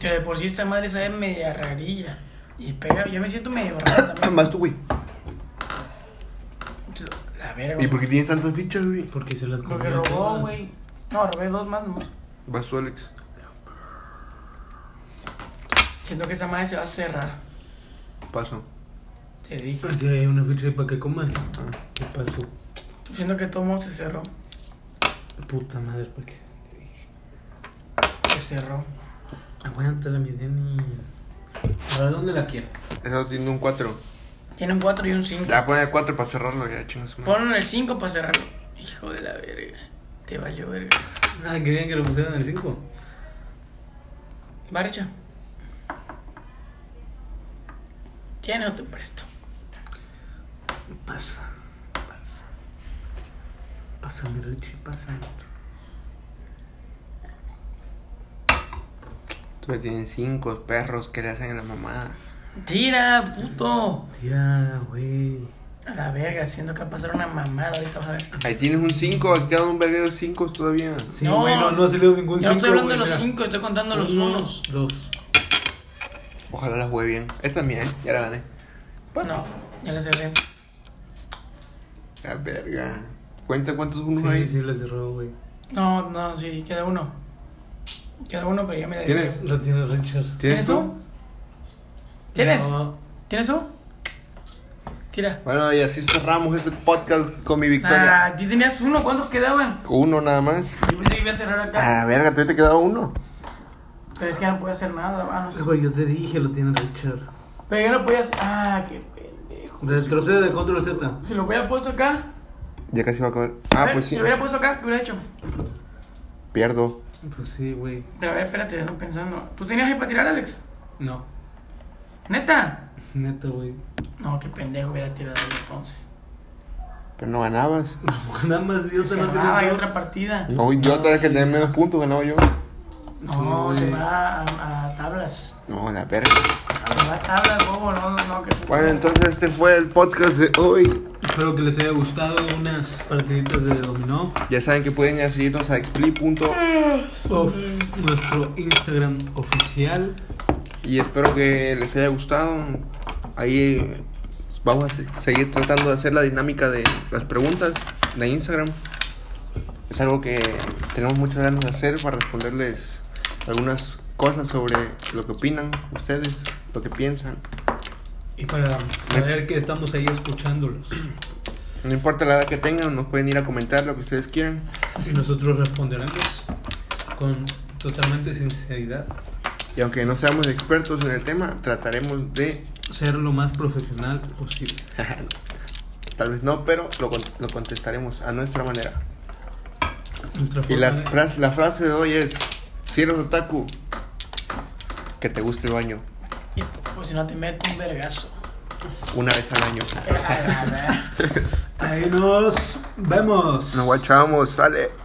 Yo de por sí esta madre sabe media rarilla. Y pega, yo me siento medio raro también. más ah, tú, güey. La verga. ¿Y por qué tienes tantas fichas, güey? Porque se las comió Porque robó, todas. güey. No, robé dos más nomás. Vas tú, Alex. Siento que esa madre se va a cerrar. Paso. Te dije. Así Ah, hay una ficha ahí para que comas. ¿Qué pasó? Siento que todo mundo se cerró. Puta madre, ¿para qué? Se cerró. Aguántala, mi Denny. ¿Para dónde la quiero? Eso tiene un 4. Tiene un 4 y un 5. Ya pone el 4 para cerrarlo, ya chingos. Ponlo en el 5 para cerrarlo. Hijo de la verga. Te valió verga. Ah, querían que lo pusieran en el 5. Barcha. Tiene otro presto. Pasa, pasa. Pasa, mi Richie, pasa. Tú me tienes 5 perros que le hacen a la mamada. Tira, puto. Tira, güey. A la verga, siento que va a pasar una mamada ahorita, vas a ver. Ahí tienes un 5, aquí quedan un verguero 5 todavía. Sí, No, güey, no, no ha salido ningún 5. Yo no estoy hablando de los 5, estoy contando los unos. Dos. Ojalá la juegue bien. Esta es mía, ¿eh? Ya la gané. No, ya la cerré. La verga. Cuenta cuántos unos Sí, hay. sí, la cerró, güey. No, no, sí, queda uno. Queda uno, pero ya me la ¿Tienes? dije. La tiene Richard. ¿Tienes tú? ¿Tienes? No. ¿Tienes tú? Tira. Bueno, y así cerramos este podcast con mi victoria. Ah, tú tenías uno, ¿cuántos quedaban? Uno nada más. Yo pensé que iba a cerrar acá. Ah, verga, todavía te quedaba uno. Pero es que no podía hacer nada, ah, no sé. Güey, yo te dije, lo tiene Richard. Pero yo no podía hacer. Ah, qué pendejo. Retrocede de control Z. Si lo hubiera puesto acá. Ya casi va a comer. a Ah, ver, pues Si sí. lo hubiera puesto acá, ¿qué hubiera hecho? Pierdo. Pues sí, güey. Pero a ver, espérate, ando pensando. ¿Tú tenías ahí para tirar, Alex? No, ¿Neta? neta, güey. No, qué pendejo hubiera tirado ahí entonces. Pero no ganabas. Nada más yo te Se no va, hay tiene otra partida. No, yo tenía que tener menos puntos, ganaba yo. No, Sí, se güey. va a, a tablas. No, la verga. Se va a tablas, bobo, no, no, no. Que tú- Bueno, entonces este fue el podcast de hoy. Espero que les haya gustado unas partiditas de dominó. Ya saben que pueden ir a seguirnos a expli.com. Of nuestro Instagram oficial. Y espero que les haya gustado. Ahí eh, vamos a se- seguir tratando de hacer la dinámica de las preguntas de Instagram. Es algo que tenemos muchas ganas de hacer para responderles algunas cosas sobre lo que opinan ustedes, lo que piensan. Y para saber que estamos ahí escuchándolos. No importa la edad que tengan, nos pueden ir a comentar lo que ustedes quieran. Y nosotros responderemos con totalmente sinceridad. Y aunque no seamos expertos en el tema, trataremos de, Ser lo más profesional posible. tal vez no, pero lo, con- lo contestaremos a nuestra manera. Nuestra Y forma las de- fras- la frase de hoy es: Si eres otaku, que te guste el baño Y, Pues si no te meto un vergazo. una vez al año. A la verga. Ahí nos vemos. Nos guachamos, sale.